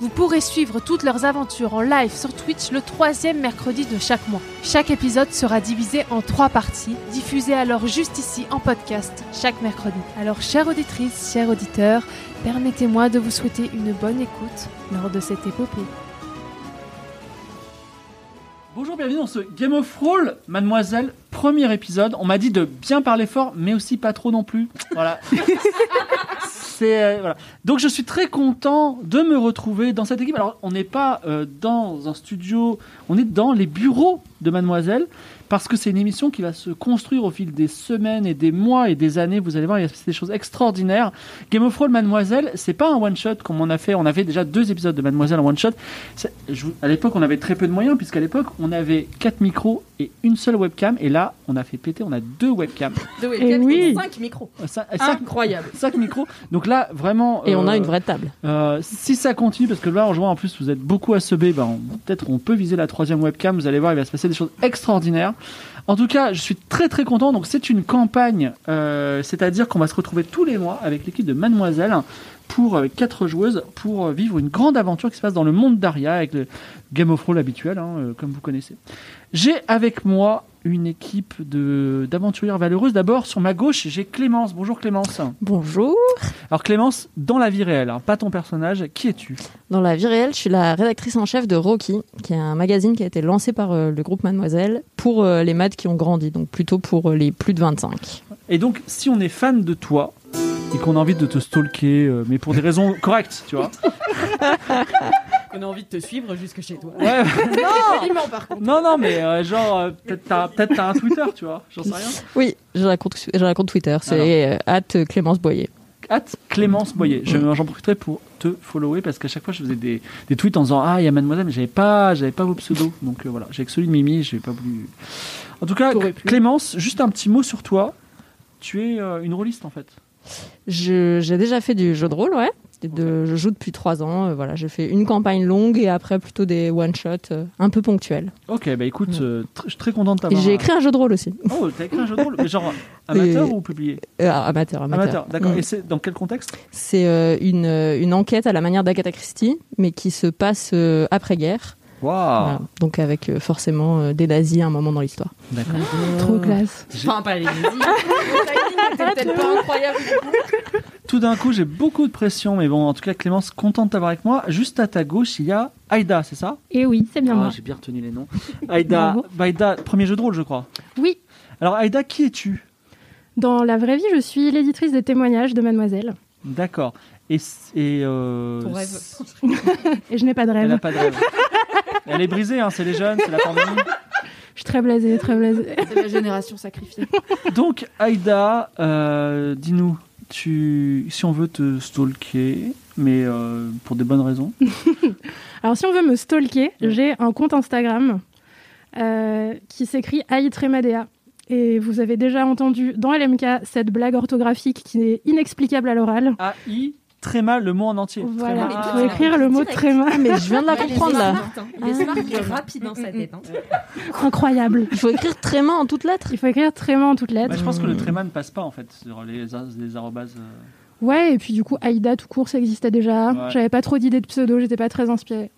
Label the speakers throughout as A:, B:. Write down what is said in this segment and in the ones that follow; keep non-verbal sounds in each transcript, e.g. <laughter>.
A: Vous pourrez suivre toutes leurs aventures en live sur Twitch le troisième mercredi de chaque mois. Chaque épisode sera divisé en trois parties, diffusées alors juste ici en podcast chaque mercredi. Alors, chère auditrice, chers auditeurs, permettez-moi de vous souhaiter une bonne écoute lors de cette épopée.
B: Bonjour, bienvenue dans ce Game of Roll, mademoiselle, premier épisode. On m'a dit de bien parler fort, mais aussi pas trop non plus. Voilà. C'est, euh, voilà. Donc je suis très content de me retrouver dans cette équipe. Alors on n'est pas euh, dans un studio, on est dans les bureaux de mademoiselle, parce que c'est une émission qui va se construire au fil des semaines et des mois et des années. Vous allez voir, il y a des choses extraordinaires. Game of Roll Mademoiselle, c'est pas un one-shot comme on a fait. On avait déjà deux épisodes de Mademoiselle en one-shot. C'est- je vous- À l'époque, on avait très peu de moyens, puisqu'à l'époque, on avait quatre micros et une seule webcam. Et là, on a fait péter, on a deux webcams.
C: Deux webcams
D: oui. Ah.
C: et cinq micros.
B: Euh, cin- euh,
C: Ah.
B: cinq-
C: Incroyable.
B: <laughs> cinq micros. Donc là, vraiment.
D: Et on
B: euh,
D: a une vraie table.
B: euh, si ça continue, parce que là, en jouant, en plus, vous êtes beaucoup à se B, ben, on- peut-être on peut viser la troisième webcam. Vous allez voir, il va se passer des choses extraordinaires. En tout cas, je suis très très content. Donc, c'est une campagne, euh, c'est-à-dire qu'on va se retrouver tous les mois avec l'équipe de Mademoiselle pour euh, quatre joueuses pour euh, vivre une grande aventure qui se passe dans le monde d'Aria avec le Game of Roll habituel, hein, euh, comme vous connaissez. J'ai avec moi une équipe de d'aventurières valeureuses. D'abord, sur ma gauche, j'ai Clémence. Bonjour Clémence.
D: Bonjour.
B: Alors Clémence, dans la vie réelle, hein, pas ton personnage, qui es-tu
D: Dans la vie réelle, je suis la rédactrice en chef de Rocky, qui est un magazine qui a été lancé par euh, le groupe Mademoiselle pour euh, les maths qui ont grandi, donc plutôt pour euh, les plus de 25.
B: Et donc, si on est fan de toi et qu'on a envie de te stalker, euh, mais pour des raisons correctes, tu vois.
C: <laughs> On a envie de te suivre jusque chez toi. <laughs>
B: Ouais.
C: Poliment, par contre.
B: non, non, mais euh, genre, euh, peut-être t'as peut-être t'as un Twitter, tu vois. J'en
C: <laughs>
B: sais rien.
D: Oui, j'ai un compte, j'ai un compte Twitter, c'est euh, at Clémence Boyer.
B: Hâte Clémence Boyer. Je-
D: Mm.
B: J'en profiterai pour te follower parce qu'à chaque fois, je faisais des, des tweets en disant Ah, il y a mademoiselle, mais j'avais pas, j'avais pas vos pseudos. Donc euh, voilà, j'ai que celui de Mimi, j'ai pas voulu. En tout cas,
C: T'aurais pu.
B: Clémence, juste un petit mot sur toi. Tu es euh, une rôliste en fait.
D: Je- J'ai déjà fait du jeu de rôle, ouais. De, je joue depuis trois ans. euh, voilà, j'ai fait une campagne longue et après plutôt des one shots euh, un peu ponctuels.
B: Ok, bah écoute,
D: Ouais.
B: euh, tr- je suis très content de
D: Et
B: t'avoir.
D: Mm. j'ai écrit un jeu de rôle aussi,
B: Oh, t'as écrit un jeu de rôle Mais Genre amateur
D: <laughs> Et-
B: ou publié
D: Euh, amateur, amateur.
B: Amateur, d'accord.
D: Mm.
B: Et c'est dans quel contexte
D: C'est euh, une, euh, une enquête à la manière d'Agatha Christie, mais qui se passe euh, après-guerre.
B: Waouh
D: Voilà. Donc avec euh, forcément euh, des nazis à un moment dans l'histoire.
B: D'accord.
E: Euh.
D: Trop classe.
C: Enfin, <laughs> pas les nazis. Le
D: Ah,
C: timing était peut-être pas incroyable.
B: Tout d'un coup, j'ai beaucoup de pression, mais bon, en tout cas, Clémence, content de t'avoir avec moi. Juste à ta gauche, il y a Aïda, c'est ça
F: Et Eh oui, c'est bien moi.
B: Ah, j'ai bien retenu les noms. <laughs> Aïda,
F: Bravo.
B: bah, Aïda, premier jeu de rôle, je crois.
F: Oui,
B: Alors, Aïda, qui es-tu
F: dans la vraie vie, je suis l'éditrice des témoignages de Mademoiselle.
B: D'accord. Et. c- et euh,
C: Ton rêve.
B: c-
F: Et je n'ai pas de
B: Elle
F: rêve.
B: n'a pas de
F: <laughs>
B: rêve. Elle est brisée, hein, c'est les jeunes, c'est la pandémie.
F: Je suis très blasée, très blasée.
C: C'est la génération sacrifiée.
B: Donc, Aïda, euh, dis-nous, tu, si on veut te stalker, mais euh, pour des bonnes raisons.
F: Alors, si on veut me stalker, j'ai un compte Instagram euh, qui s'écrit Aitremadea. Et vous avez déjà entendu dans LMK cette blague orthographique qui est inexplicable à l'oral.
B: AI, très mal le mot en entier.
F: Voilà, Ah, il
B: Tréma.
F: faut écrire le mot
C: Direct.
F: tréma.
D: Ah, Mais je viens de la comprendre là. Ah.
C: Il est smart, il est rapide dans sa tête. hein.
F: Incroyable.
D: Il faut écrire tréma en toutes lettres.
F: Il faut écrire tréma en toutes
B: Bah,
F: lettres.
B: je pense que le tréma ne passe pas en fait sur les, as- les arrobases. euh.
F: Ouais, et puis du coup, Aïda tout court, ça existait déjà.
B: Ouais.
F: J'avais pas trop d'idées de pseudo, j'étais pas très inspirée.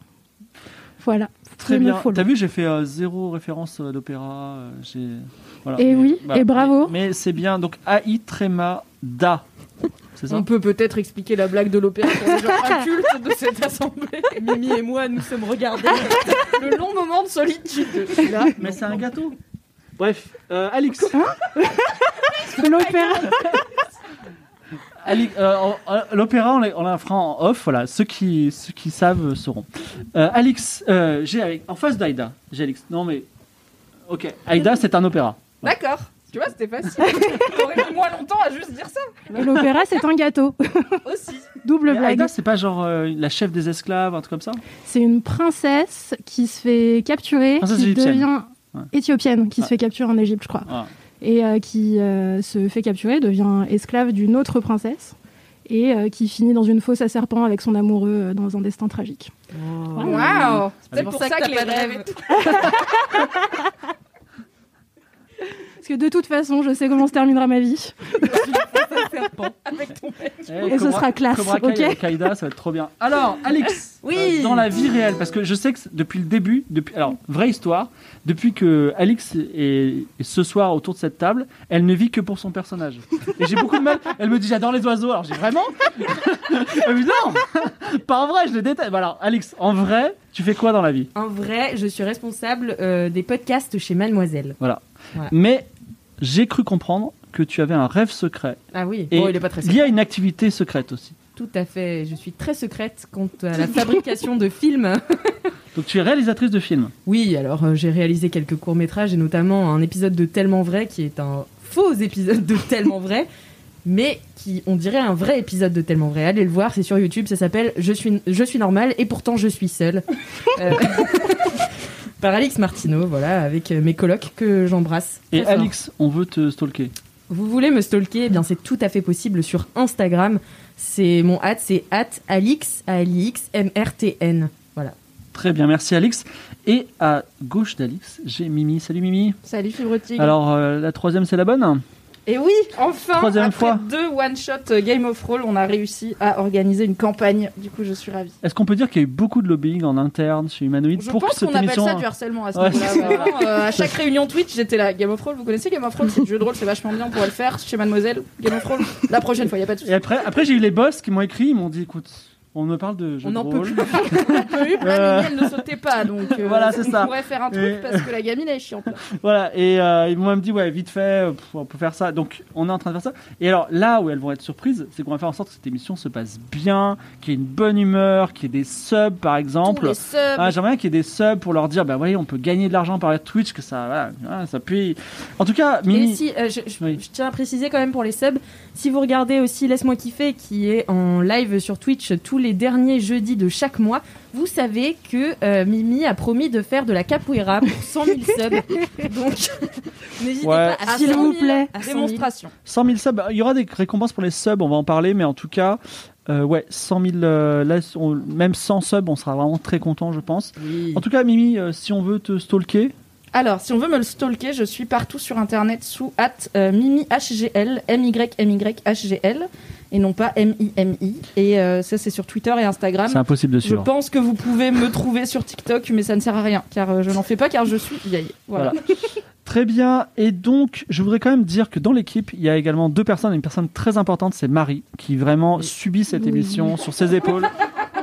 F: Voilà.
B: Très
F: Il me
B: bien.
F: faut le-
B: T'as vu, j'ai fait euh, zéro référence euh, d'opéra. euh, j'ai... Voilà. Mais-
F: Eh oui,
B: voilà.
F: et bravo.
B: Mais, mais c'est bien. Donc AI tréma da. C'est ça
C: On peut peut-être expliquer la blague de l'opéra pour les gens incultes de cette assemblée. <laughs> Mimi <laughs> et moi, nous sommes regardés le long moment de solitude. Et là,
B: Mais c'est un gâteau. Bref, euh, Alix.
F: L'opéra.
B: Ali- euh, on- on- L'opéra, on l'a- on l'a fera en off, voilà, ceux qui, ceux qui savent euh, sauront. Euh, Alix, euh, j'ai avec- en face d'Aïda, j'ai Alix. Non mais, ok, Aïda c'est un opéra.
C: D'accord. Tu vois, c'était <laughs> facile. T'aurais mis moins longtemps à juste dire ça
F: Et l'opéra, c'est un gâteau. <laughs>
C: aussi.
F: Double
B: Mais
F: blague.
B: Aïda c'est pas genre euh, la chef des esclaves, un truc comme ça
F: C'est une princesse qui se fait capturer,
B: Princesse
F: qui
B: égyptienne.
F: devient
B: Ouais.
F: éthiopienne, qui
B: Ah.
F: se fait capturer en Égypte, je crois.
B: Voilà.
F: et euh, qui euh, se fait capturer, devient esclave d'une autre princesse et euh, qui finit dans une fosse à serpent avec son amoureux euh, dans un destin tragique.
C: Waouh
B: C'est
C: C'est pour ça que les rêves.
F: Parce que de toute façon, je sais comment se terminera ma vie
B: Eh,
F: et ce
B: Cobra-
F: sera classe,
B: Cobra Kai
F: ok
B: avec Aïda, ça va être trop bien. Alors, Alix,
C: Oui.
B: euh, dans la vie réelle, parce que je sais que c'est- depuis le début, depuis, alors, vraie histoire, depuis que Alix est, est ce soir autour de cette table, elle ne vit que pour son personnage. Et j'ai beaucoup de mal. Elle me dit j'adore les oiseaux, alors j'ai vraiment <laughs> Elle me dit, Non Pas en vrai, je le déteste. Bah Alors, Alix, en vrai, tu fais quoi dans la vie
E: En vrai, je suis responsable euh, des podcasts chez Mademoiselle.
B: Mais j'ai cru comprendre que tu avais un rêve secret
E: Ah oui,
B: Et
E: bon, il est pas très secret.
B: lié à une activité secrète aussi.
E: Tout à fait, je suis très secrète quant à la fabrication de films.
B: Donc, tu es réalisatrice de films.
E: Oui, alors euh, j'ai réalisé quelques courts-métrages et notamment un épisode de Tellement Vrai qui est un faux épisode de <laughs> Tellement Vrai, mais qui, on dirait, un vrai épisode de Tellement Vrai. Allez le voir, c'est sur YouTube, ça s'appelle je suis, je suis normale et pourtant je
B: <laughs>
E: suis seule. Euh, <laughs> Par Alix Martineau, voilà, avec euh, mes colocs que j'embrasse.
B: Et
E: très fort.
B: Alix, on veut te stalker.
E: Vous voulez me stalker Eh bien, c'est tout à fait possible sur Instagram. C'est mon hâte, c'est hâte Alix, A-L-I-X, M-R-T-N.
B: Très bien, merci Alix. Et à gauche d'Alix, j'ai Mimi. Salut Mimi.
C: Salut Fibrotique.
B: Alors, euh, la troisième, c'est la bonne
C: Et oui, enfin,
B: Troisième
C: après
B: fois.
C: deux one-shot euh, Game of Roll, on a réussi à organiser une campagne. Du coup, je suis ravie.
B: Est-ce qu'on peut dire qu'il y a eu beaucoup de lobbying en interne chez Humanoid
C: Je
B: pour que
C: pense
B: cette
C: qu'on appelle
B: émission...
C: ça du harcèlement à ce
B: Ouais,
C: niveau-là.
B: c'est <laughs> ça.
C: vraiment. Euh, à chaque réunion Twitch, j'étais là. Game of Roll, vous connaissez Game of Roll C'est du jeu de rôle, c'est vachement bien. On pourrait le faire chez Mademoiselle. Game of Roll, la prochaine fois, il a pas de souci.
B: Et après, après j'ai eu les boss qui m'ont écrit, ils m'ont dit, écoute, on me parle de jeux
E: On
B: de
E: n'en peut
B: rôle.
C: Eu,
B: Euh.
C: <laughs> la gamine, elle ne sautait
B: <laughs>
C: pas, donc euh,
B: Voilà, c'est
C: on
B: ça.
C: pourrait faire un truc
B: Et-
C: parce que la gamine elle est chiante.
B: <laughs> Voilà, et euh, ils m'ont même dit, ouais, vite fait, euh, pff, on peut faire ça. Donc, on est en train de faire ça. Et alors, là où elles vont être surprises, c'est qu'on va faire en sorte que cette émission se passe bien, qu'il y ait une bonne humeur, qu'il y ait des subs, par exemple.
C: Tous les subs,
E: euh,
B: Ah, J'aimerais bien qu'il y ait des subs pour leur dire, bah voyez, on peut gagner de l'argent par Twitch, que ça, voilà, voilà, ça paye. En tout cas,
E: Et
B: Mimi,
E: si, euh, je, je-
B: Oui.
E: je tiens à préciser quand même pour les subs, si vous regardez aussi Laisse-moi kiffer, qui est en live sur Twitch tous les derniers jeudis de chaque mois, vous savez que euh, Mimi a promis de faire de la
B: <laughs>
E: capoeira pour 100 000 subs. Donc, <laughs> n'hésitez
B: Ouais.
E: pas à
F: S'il
E: 100 000,
F: vous plaît.
E: à 100 000.
C: démonstration.
B: 100 000 subs, il y aura des récompenses pour les subs, on va en parler, mais en tout cas, euh, ouais, 100 000, euh, là, on- même 100 subs, on sera vraiment très content, je pense.
E: Oui.
B: En tout cas, Mimi, euh, si on veut te stalker,
C: Alors, si on veut me le stalker, je suis partout sur internet sous at euh, Mimi HGL, M-Y-M-Y-H-G-L, et non pas M-I-M-I. Et euh, ça, c'est sur Twitter et Instagram.
E: Ah,
B: c'est impossible de
C: Je
B: suivre.
C: pense que vous pouvez me trouver sur TikTok, mais ça ne sert à rien, car euh, je n'en fais pas, car je suis vieille. Voilà. <laughs>
B: Très bien, et donc, je voudrais quand même dire que dans l'équipe, il y a également deux personnes, une personne très importante, c'est Marie, qui vraiment subit cette émission sur ses épaules.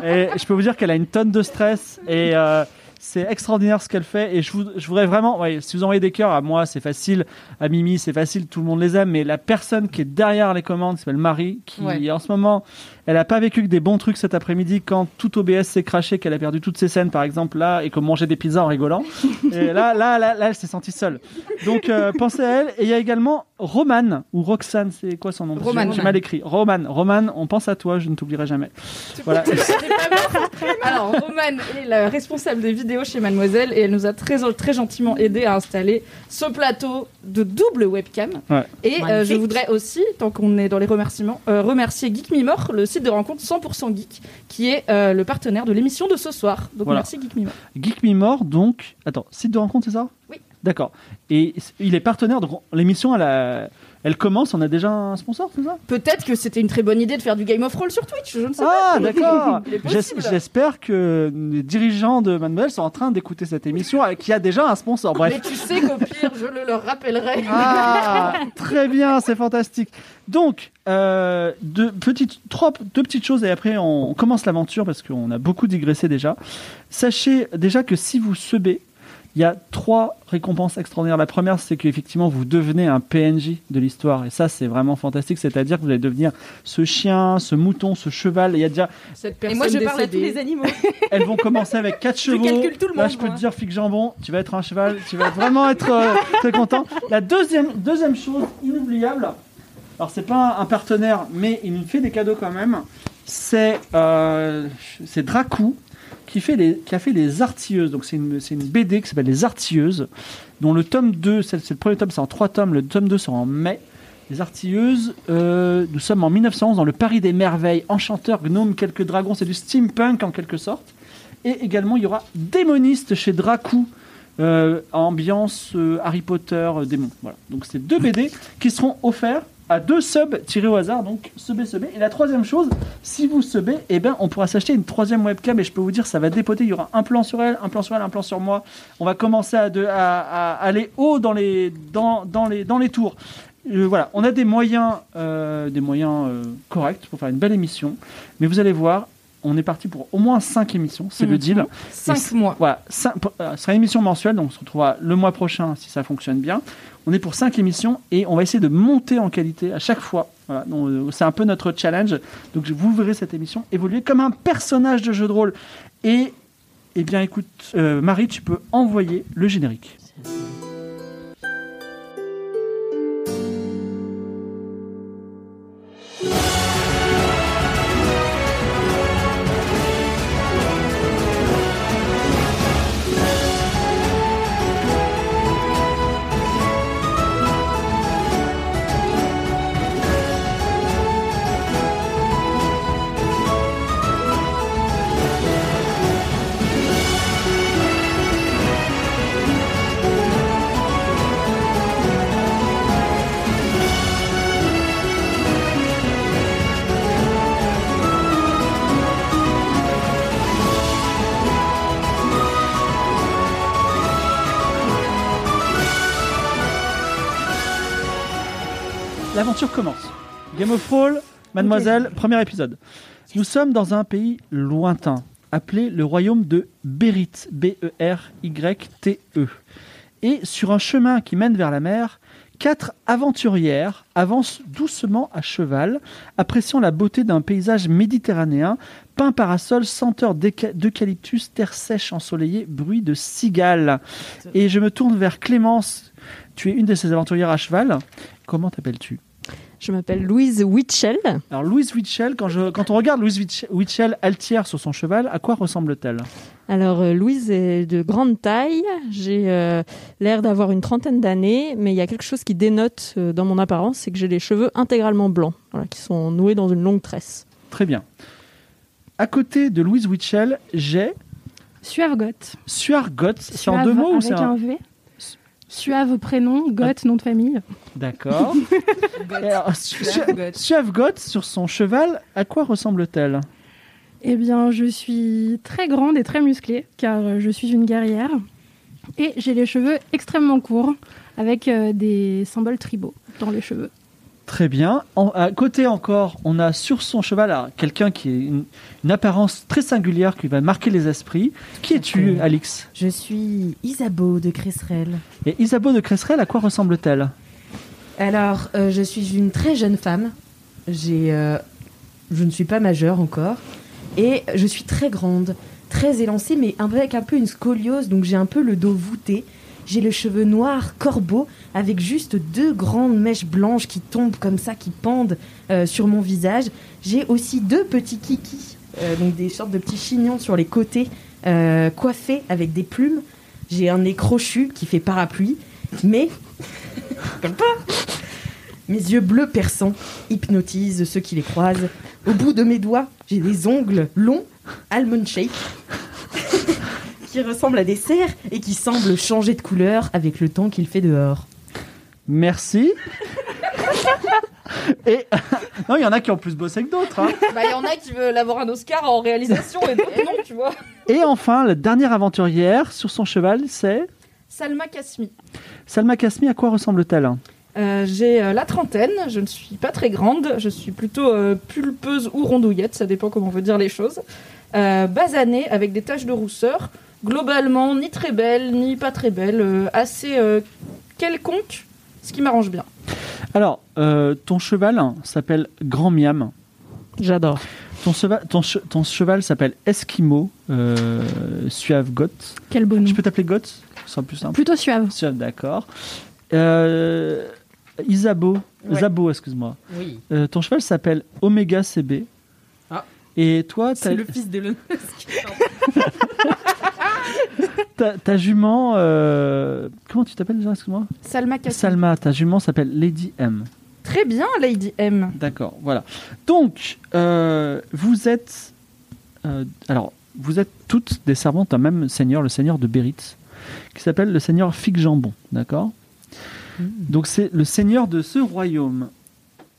B: Et je peux vous dire qu'elle a une tonne de stress et euh, c'est extraordinaire ce qu'elle fait. Et je, vous- je voudrais vraiment, ouais, si vous envoyez des cœurs à moi, c'est facile, à Mimi, c'est facile, tout le monde les aime. Mais la personne qui est derrière les commandes qui s'appelle Marie, qui
C: Ouais.
B: en ce moment, elle n'a pas vécu que des bons trucs cet après-midi quand tout OBS s'est craché, qu'elle a perdu toutes ses scènes par exemple là et qu'on mangeait des pizzas en
C: <laughs>
B: rigolant. et là, là, là, là, elle s'est sentie seule. Donc euh, pensez à elle. Et il y a également Romane ou Roxane, c'est quoi son nom Parce que
C: Romane.
B: J'ai mal écrit. Romane, Romane, on pense à toi, je ne t'oublierai jamais. Voilà.
C: Alors, Romane est la responsable des vidéos chez Mademoiselle et elle nous a très, très gentiment aidé à installer ce plateau de double webcam.
B: Ouais.
C: Et euh, je voudrais aussi, tant qu'on est dans les remerciements, euh, remercier Geek Mimor, le site de rencontre 100% Geek, qui est euh, le partenaire de l'émission de ce soir. Donc
B: Voilà.
C: merci Geek Mimor.
B: Geek Me More, donc. Attends, site de rencontre, c'est ça
C: Oui.
B: D'accord. Et c- il est partenaire, donc on- l'émission, elle, a- elle commence, on a déjà un sponsor, c'est ça
C: Peut-être que c'était une très bonne idée de faire du Game of Roll sur Twitch, je ne sais pas.
B: Ah, d'accord
C: Il est possible.
B: J'es- J'espère que les dirigeants de Manuel sont en train d'écouter cette émission, euh, qui a déjà un sponsor. Bref.
C: Mais tu sais qu'au pire, je le leur rappellerai.
B: Ah, très bien, c'est fantastique. Donc, euh, deux, petites, trois, deux petites choses et après on, on commence l'aventure parce qu'on a beaucoup digressé déjà. Sachez déjà que si vous sebez, il Il y a trois récompenses extraordinaires. La première, c'est qu'effectivement, vous devenez un PNJ de l'histoire. Et ça, c'est vraiment fantastique. C'est-à-dire que vous allez devenir ce chien, ce mouton, ce cheval. Il y a déjà
C: Cette
E: Et
C: personne
E: moi, je parle à tous
C: décédée.
E: les
F: <laughs>
E: animaux.
B: elles vont commencer avec quatre
E: Je
B: chevaux.
E: calcule tout le
B: Là,
E: monde,
B: je peux
E: moi.
B: te dire, Fig Jambon, tu vas être un cheval, tu vas vraiment être euh, très content. La deuxième, deuxième chose inoubliable, alors c'est pas un partenaire, mais il nous fait des cadeaux quand même, c'est euh, c'est Dracou qui, fait les, qui a fait Les Artilleuses. Donc c'est une, c'est une BD qui s'appelle Les Artilleuses, dont le tome 2, c'est c'est le premier tome, c'est en trois tomes, le tome 2 sort en mai. Les Artilleuses, euh, nous sommes en 1911 dans le Paris des merveilles, enchanteur, gnome, quelques dragons, c'est du steampunk en quelque sorte. Et également, il y aura Démoniste chez Dracou. euh, ambiance euh, Harry Potter euh, démon. Voilà. Donc c'est deux BD qui seront offerts à deux subs tirés au hasard, donc subé subé. Et la troisième chose, si vous subez, eh ben on pourra s'acheter une troisième webcam et je peux vous dire ça va dépoter. Il y aura un plan sur elle, un plan sur elle, un plan sur moi. On va commencer à, de- à- à aller haut dans les dans, dans les dans les tours. Euh, voilà, on a des moyens euh, des moyens euh, corrects pour faire une belle émission. Mais vous allez voir, on est parti pour au moins 5 émissions, c'est le deal.
C: Mhm. Cinq mois.
B: Voilà, cinq- euh, ce sera une émission mensuelle, donc on se retrouvera le mois prochain si ça fonctionne bien. On est pour 5 émissions et on va essayer de monter en qualité à chaque fois. Voilà, donc, euh, c'est un peu notre challenge. Donc vous verrez cette émission évoluer comme un personnage de jeu de rôle. Et eh bien écoute, euh, Marie, tu peux envoyer le générique. L'aventure commence. Game of Thrones, Mademoiselle, premier épisode. Nous sommes dans un pays lointain, appelé le royaume de E Bérite, B-E-R-Y-T-E. E. Et sur un chemin qui mène vers la mer, quatre aventurières avancent doucement à cheval, appréciant la beauté d'un paysage méditerranéen, pain parasol, senteur d'éca- d'eucalyptus, terre sèche ensoleillée, bruit de cigales. Et je me tourne vers Clémence. Tu es une de ces aventurières à cheval. Comment t'appelles-tu
D: Je m'appelle Louise Witchell.
B: alors, Louise Witchell, quand, je, quand on regarde Louise Witch- Witchell altière sur son cheval, à quoi ressemble-t-elle
D: Alors euh, Louise est de grande taille, j'ai euh, l'air d'avoir une trentaine d'années, mais il y a quelque chose qui dénote euh, dans mon apparence, c'est que j'ai les cheveux intégralement blancs, voilà, qui sont noués dans une longue tresse.
B: Très bien. À côté de Louise Witchell, j'ai
F: Suave goth.
B: Suar Gotz. C'est en
F: Suave
B: deux mots ou
F: avec
B: c'est
F: un...
B: un...
F: V. Suave prénom, goth nom de famille.
B: <laughs> D'accord. Et alors, Su-
E: Suar Gotz.
B: Suar Gotz, sur son cheval, à quoi ressemble-t-elle
F: Eh bien, je suis très grande et très musclée, car euh, je suis une guerrière. Et j'ai les cheveux extrêmement courts, avec euh, des symboles tribaux dans les cheveux.
B: Très bien. En- à côté encore, on a sur son cheval alors, quelqu'un qui a une, une apparence très singulière qui va marquer les esprits. Qui es-tu,
E: D'accord.
B: Alix
E: Je suis Isabeau de Cresserelle.
B: Et Isabeau de Cresserelle, à quoi ressemble-t-elle
E: Alors, euh, je suis une très jeune femme. J'ai, euh, je ne suis pas majeure encore. Et je suis très grande, très élancée, mais un- avec un peu une scoliose, donc j'ai un peu le dos voûté. J'ai les cheveux noirs, corbeaux, avec juste deux grandes mèches blanches qui tombent comme ça, qui pendent euh, sur mon visage. J'ai aussi deux petits kikis, euh, donc des sortes de petits chignons sur les côtés, euh, coiffés avec des plumes. J'ai un nez crochu qui fait parapluie, mais comme pas. Mes yeux bleus perçants hypnotisent ceux qui les croisent. Au bout de mes doigts, j'ai des ongles longs, almond shape, <laughs> qui ressemblent à des cerfs et qui semblent changer de couleur avec le temps qu'il fait dehors.
B: Merci. <laughs> Et <laughs> non, il y en a qui ont plus bossé que d'autres. hein.
C: Bah, il y en a qui veulent avoir un Oscar en réalisation et d'autres non, tu vois.
B: Et enfin, la dernière aventurière sur son cheval, c'est
C: Salma Kasmi.
B: Salma Kasmi. À quoi ressemble-t-elle
C: Euh, j'ai euh, la trentaine, je ne suis pas très grande, je suis plutôt euh, pulpeuse ou rondouillette, ça dépend comment on veut dire les choses. Euh, basanée, avec des taches de rousseur, globalement ni très belle, ni pas très belle, euh, assez euh, quelconque, ce qui m'arrange bien.
B: Alors, euh, ton cheval hein, s'appelle Grand Miam.
D: J'adore.
B: Ton, cheva- ton che- ton cheval s'appelle Eskimo euh, Suave Goth.
F: Quel bon nom.
B: Je peux t'appeler Goth Ce sera plus simple.
F: Plutôt suave.
B: Suave, d'accord. Euh, Isabeau,
E: Ouais.
B: Zabo, excuse-moi.
E: Oui.
B: Euh, ton cheval s'appelle Omega CB.
E: Ah.
B: Et toi,
E: C'est
B: t'as...
E: le fils d'Elon Musk.
B: <laughs> Ta, ta jument, euh, comment tu t'appelles déjà, excuse-moi
C: Salma Kassi.
B: Salma, ta jument s'appelle Lady M.
C: Très bien, Lady M.
B: D'accord, voilà. Donc, euh, vous êtes, euh, alors, vous êtes toutes des servantes d'un même seigneur, le seigneur de Bérit, qui s'appelle le seigneur Fig Jambon, d'accord Donc c'est le seigneur de ce royaume.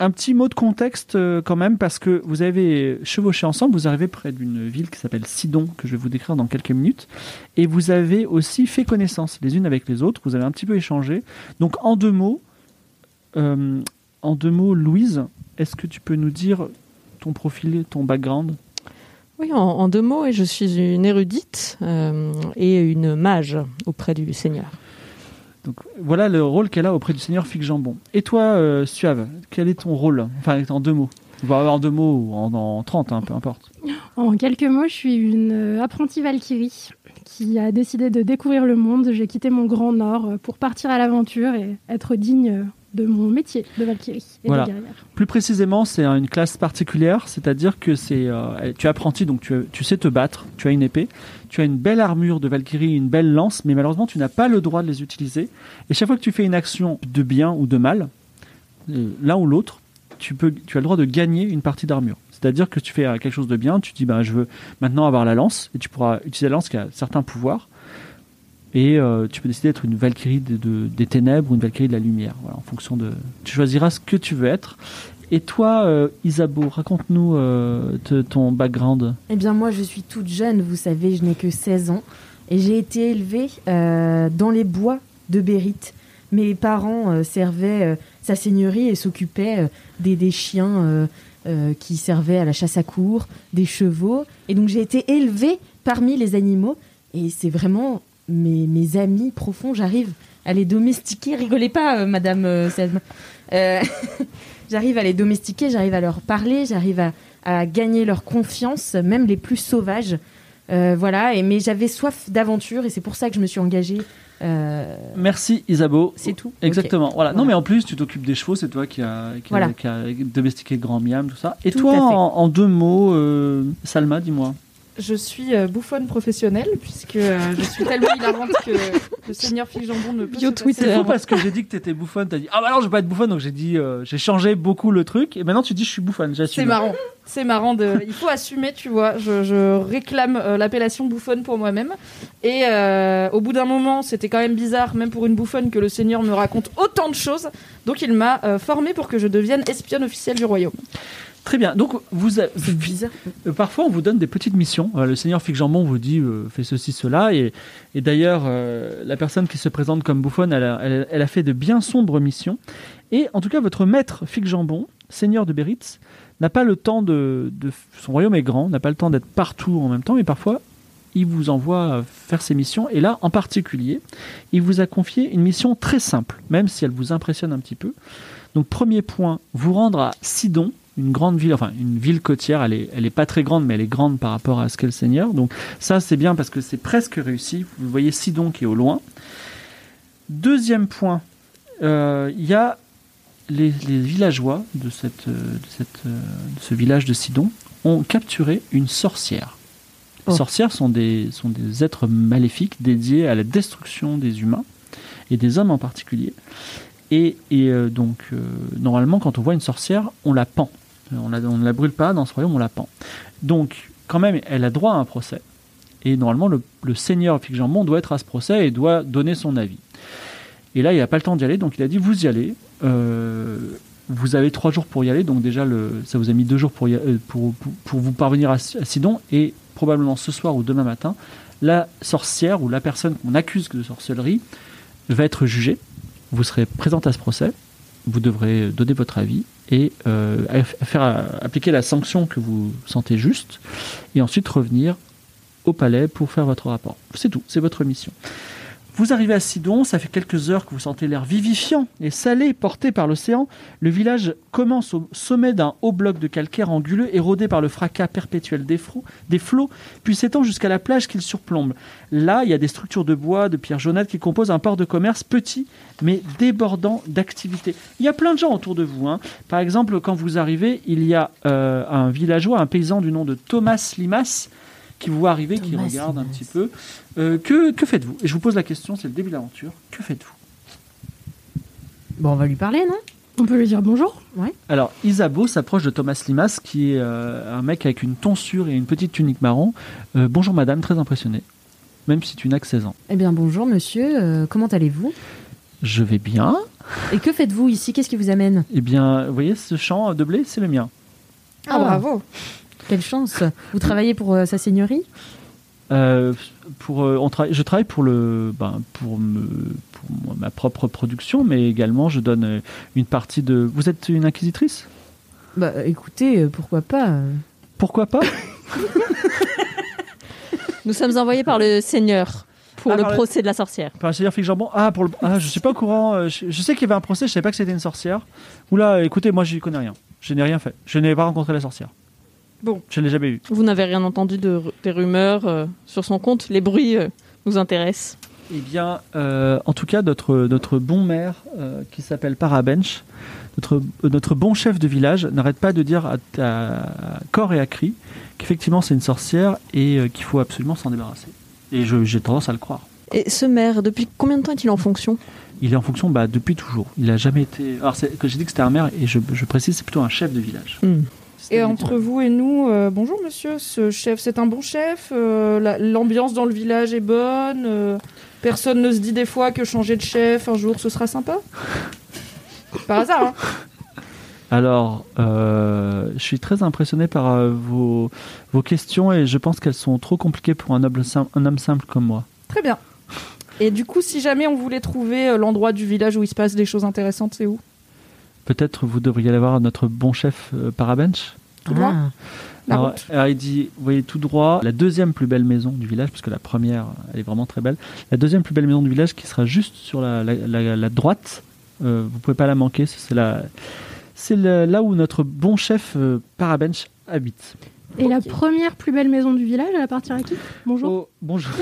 B: Un petit mot de contexte euh, quand même, parce que vous avez chevauché ensemble, vous arrivez près d'une ville qui s'appelle Sidon, que je vais vous décrire dans quelques minutes, et vous avez aussi fait connaissance les unes avec les autres, vous avez un petit peu échangé. Donc en deux mots, euh, en deux mots, Louise, est-ce que tu peux nous dire ton profil, ton background
D: Oui, en, en deux mots, et je suis une érudite euh, et une mage auprès du Seigneur.
B: Donc voilà le rôle qu'elle a auprès du seigneur Fig Jambon. Et toi, euh, Suave, quel est ton rôle Enfin, en deux mots. Voire en deux mots ou en, en 30, hein, peu importe.
F: En quelques mots, je suis une euh, apprentie Valkyrie qui a décidé de découvrir le monde. J'ai quitté mon grand nord euh, pour partir à l'aventure et être digne euh, de mon métier de Valkyrie et
B: Voilà.
F: de guerrière.
B: Plus précisément, c'est euh, une classe particulière, c'est-à-dire que c'est, euh, tu es apprenti, donc tu, tu sais te battre, tu as une épée, tu as une belle armure de Valkyrie, une belle lance, mais malheureusement, tu n'as pas le droit de les utiliser. Et chaque fois que tu fais une action de bien ou de mal, euh, l'un ou l'autre, tu, peux, tu as le droit de gagner une partie d'armure. C'est-à-dire que tu fais euh, quelque chose de bien, tu dis bah, je veux maintenant avoir la lance, et tu pourras utiliser la lance qui a certains pouvoirs. Et euh, tu peux décider d'être une Valkyrie de- de- des ténèbres ou une Valkyrie de la lumière. Voilà, en fonction de. Tu choisiras ce que tu veux être. Et toi, euh, Isabeau, raconte-nous euh, te- ton background.
E: Eh bien, moi, je suis toute jeune, vous savez, je n'ai que 16 ans. Et j'ai été élevée euh, dans les bois de Bérite. Mes parents euh, servaient euh, sa seigneurie et s'occupaient euh, des, des chiens euh, euh, qui servaient à la chasse à cour, des chevaux. Et donc, j'ai été élevée parmi les animaux. Et c'est vraiment mes, mes amis profonds, j'arrive à les domestiquer. Rigolez pas, euh, madame euh, Selma. Euh, <laughs> j'arrive à les domestiquer, j'arrive à leur parler, j'arrive à à gagner leur confiance, même les plus sauvages. Euh, voilà, et, mais j'avais soif d'aventure et c'est pour ça que je me suis engagée. Euh,
B: Merci, Isabeau.
E: c'est tout.
B: Exactement. Voilà. Non,
E: Voilà.
B: mais en plus, tu t'occupes des chevaux, c'est toi qui as qui a-
E: Voilà.
B: qui a domestiqué Grand Miam, tout ça. Et
E: Tout
B: toi,
E: à fait.
B: en, en deux mots, euh, Salma, dis-moi.
C: Je suis euh, bouffonne professionnelle, puisque euh, je suis tellement hilarante que le seigneur Figjambon ne peut
D: Bio
C: se passer.
D: Twitter.
B: C'est fou parce que j'ai dit que t'étais bouffonne, t'as dit Ah bah non, je vais pas être bouffonne, donc j'ai dit euh, J'ai changé beaucoup le truc, et maintenant tu dis Je suis bouffonne, j'assume.
C: C'est marrant. C'est marrant. De... <laughs> Il faut assumer, tu vois. Je, je réclame euh, l'appellation bouffonne pour moi-même. Et euh, au bout d'un moment, c'était quand même bizarre, même pour une bouffonne, que le Seigneur me raconte autant de choses. Donc il m'a formé formée pour que je devienne espionne officielle du royaume.
B: Très bien. Donc, vous, a- Euh, Parfois, on vous donne des petites missions. Euh, le seigneur Fic-Jambon vous dit euh, fais ceci, cela. Et, et d'ailleurs, euh, la personne qui se présente comme bouffonne, elle a, elle- elle a fait de bien sombres missions. Et en tout cas, votre maître Fic-Jambon, seigneur de Béritz, n'a pas le temps de, de- Son royaume est grand, n'a pas le temps d'être partout en même temps, mais parfois, il vous envoie euh, faire ses missions. Et là, en particulier, il vous a confié une mission très simple, même si elle vous impressionne un petit peu. Donc premier point, vous rendre à Sidon, une grande ville, enfin une ville côtière, elle est, elle est pas très grande, mais elle est grande par rapport à ce qu'est le Seigneur. Donc ça c'est bien parce que c'est presque réussi. Vous voyez Sidon qui est au loin. Deuxième point, euh, il y a les, les villageois de, cette, euh, de, cette, euh, de ce village de Sidon ont capturé une sorcière. Les
D: Oh.
B: sorcières sont des, sont des êtres maléfiques dédiés à la destruction des humains et des hommes en particulier. Et, et, euh, donc, euh, normalement, quand on voit une sorcière, on la pend. Euh, On, la, on ne la brûle pas dans ce royaume, on la pend. Donc, quand même, elle a droit à un procès. Et normalement, le, le seigneur Fic-Jambon doit être à ce procès et doit donner son avis. Et là, il n'a pas le temps d'y aller, donc il a dit Vous y allez. euh, vous avez trois jours pour y aller, donc déjà, le, ça vous a mis deux jours pour, y a- euh, pour, pour- pour vous parvenir à, S- à Sidon. Et probablement ce soir ou demain matin, la sorcière ou la personne qu'on accuse de sorcellerie va être jugée vous serez présente à ce procès, vous devrez donner votre avis et euh, aff- faire euh, appliquer la sanction que vous sentez juste, et ensuite revenir au palais pour faire votre rapport. C'est tout, c'est votre mission. Vous arrivez à Sidon, ça fait quelques heures que vous sentez l'air vivifiant et salé porté par l'océan. Le village commence au sommet d'un haut bloc de calcaire anguleux, érodé par le fracas perpétuel des, fro- des flots, puis s'étend jusqu'à la plage qu'il surplombe. Là, il y a des structures de bois, de pierres jaunâtres qui composent un port de commerce petit, mais débordant d'activité. Il y a plein de gens autour de vous. hein. Par exemple, quand vous arrivez, il y a euh, un villageois, un paysan du nom de Thomas Limas, qui vous voit arriver, qui
E: Thomas
B: regarde un
E: Limas.
B: petit peu. Euh, que que faites-vous Et je vous pose la question, c'est le début de l'aventure. Que faites-vous
E: Bon, on va lui parler, non
F: On peut lui dire bonjour.
B: Alors, Isabeau s'approche de Thomas Limas, qui est euh, un mec avec une tonsure et une petite tunique marron. Euh, bonjour madame, très impressionné. Même si tu n'as que 16 ans.
E: Eh bien, bonjour, monsieur. euh, comment allez-vous
B: Je vais bien.
E: Et que faites-vous ici Qu'est-ce qui vous amène
B: Eh bien, vous voyez, ce champ de blé, c'est le mien.
C: Ah, bravo
E: Quelle chance Vous travaillez pour euh, sa seigneurie
B: Euh, pour, euh, on travaille- je travaille pour, le, ben, pour, me- pour moi- ma propre production, mais également je donne euh, une partie de... Vous êtes une inquisitrice
E: Bah, écoutez, euh, pourquoi pas euh.
B: Pourquoi pas
D: Nous sommes envoyés par le Seigneur pour
B: Ah,
D: le
B: par le-
D: procès de la sorcière.
B: Enfin, c'est-à-dire Flic Jambon Ah, pour le... ah, je suis pas au courant. euh, Je, je sais qu'il y avait un procès, je savais pas que c'était une sorcière. Oula, écoutez, moi j'y connais rien. Je n'ai rien fait. Je n'ai pas rencontré la sorcière.
C: Bon.
B: Je ne l'ai jamais vue.
D: Vous n'avez rien entendu de, ru- des rumeurs euh, sur son compte. Les bruits euh, nous intéressent.
B: Eh bien, euh, en tout cas, notre, notre bon maire, euh, qui s'appelle Parabench, notre, euh, notre bon chef de village, n'arrête pas de dire à, à- à corps et à cri qu'effectivement c'est une sorcière et euh, qu'il faut absolument s'en débarrasser. Et je- j'ai tendance à le croire.
D: Et ce maire, depuis combien de temps est-il en fonction
B: Il est en fonction bah, depuis toujours. Il a jamais été. Alors, c'est- que j'ai dit que c'était un maire, et je, je précise, c'est plutôt un chef de village.
D: Hmm.
C: Et
B: C'était-
C: entre vous et nous, euh, bonjour monsieur, ce chef, c'est un bon chef euh, la- L'ambiance dans le village est bonne euh, Personne ne se dit des fois que changer de chef un jour ce sera sympa Par hasard, hein
B: Alors, euh, je suis très impressionné par euh, vos, vos questions et je pense qu'elles sont trop compliquées pour un, noble sim- un homme simple comme moi.
C: Très bien. Et du coup, si jamais on voulait trouver euh, l'endroit du village où il se passe des choses intéressantes, c'est où
B: Peut-être vous devriez aller voir notre bon chef euh, Parabench.
C: Tout droit
E: Ah.
C: La
B: Alors,
C: route.
B: alors, il dit, vous voyez tout droit, la deuxième plus belle maison du village, puisque la première, elle est vraiment très belle. La deuxième plus belle maison du village qui sera juste sur la, la- la- la droite. Euh, vous pouvez pas la manquer, c'est la- c'est la- là où notre bon chef euh, Parabench habite.
F: Et la première plus belle maison du village, elle appartient à qui Bonjour.
B: Oh,
F: <laughs>
B: bonjour.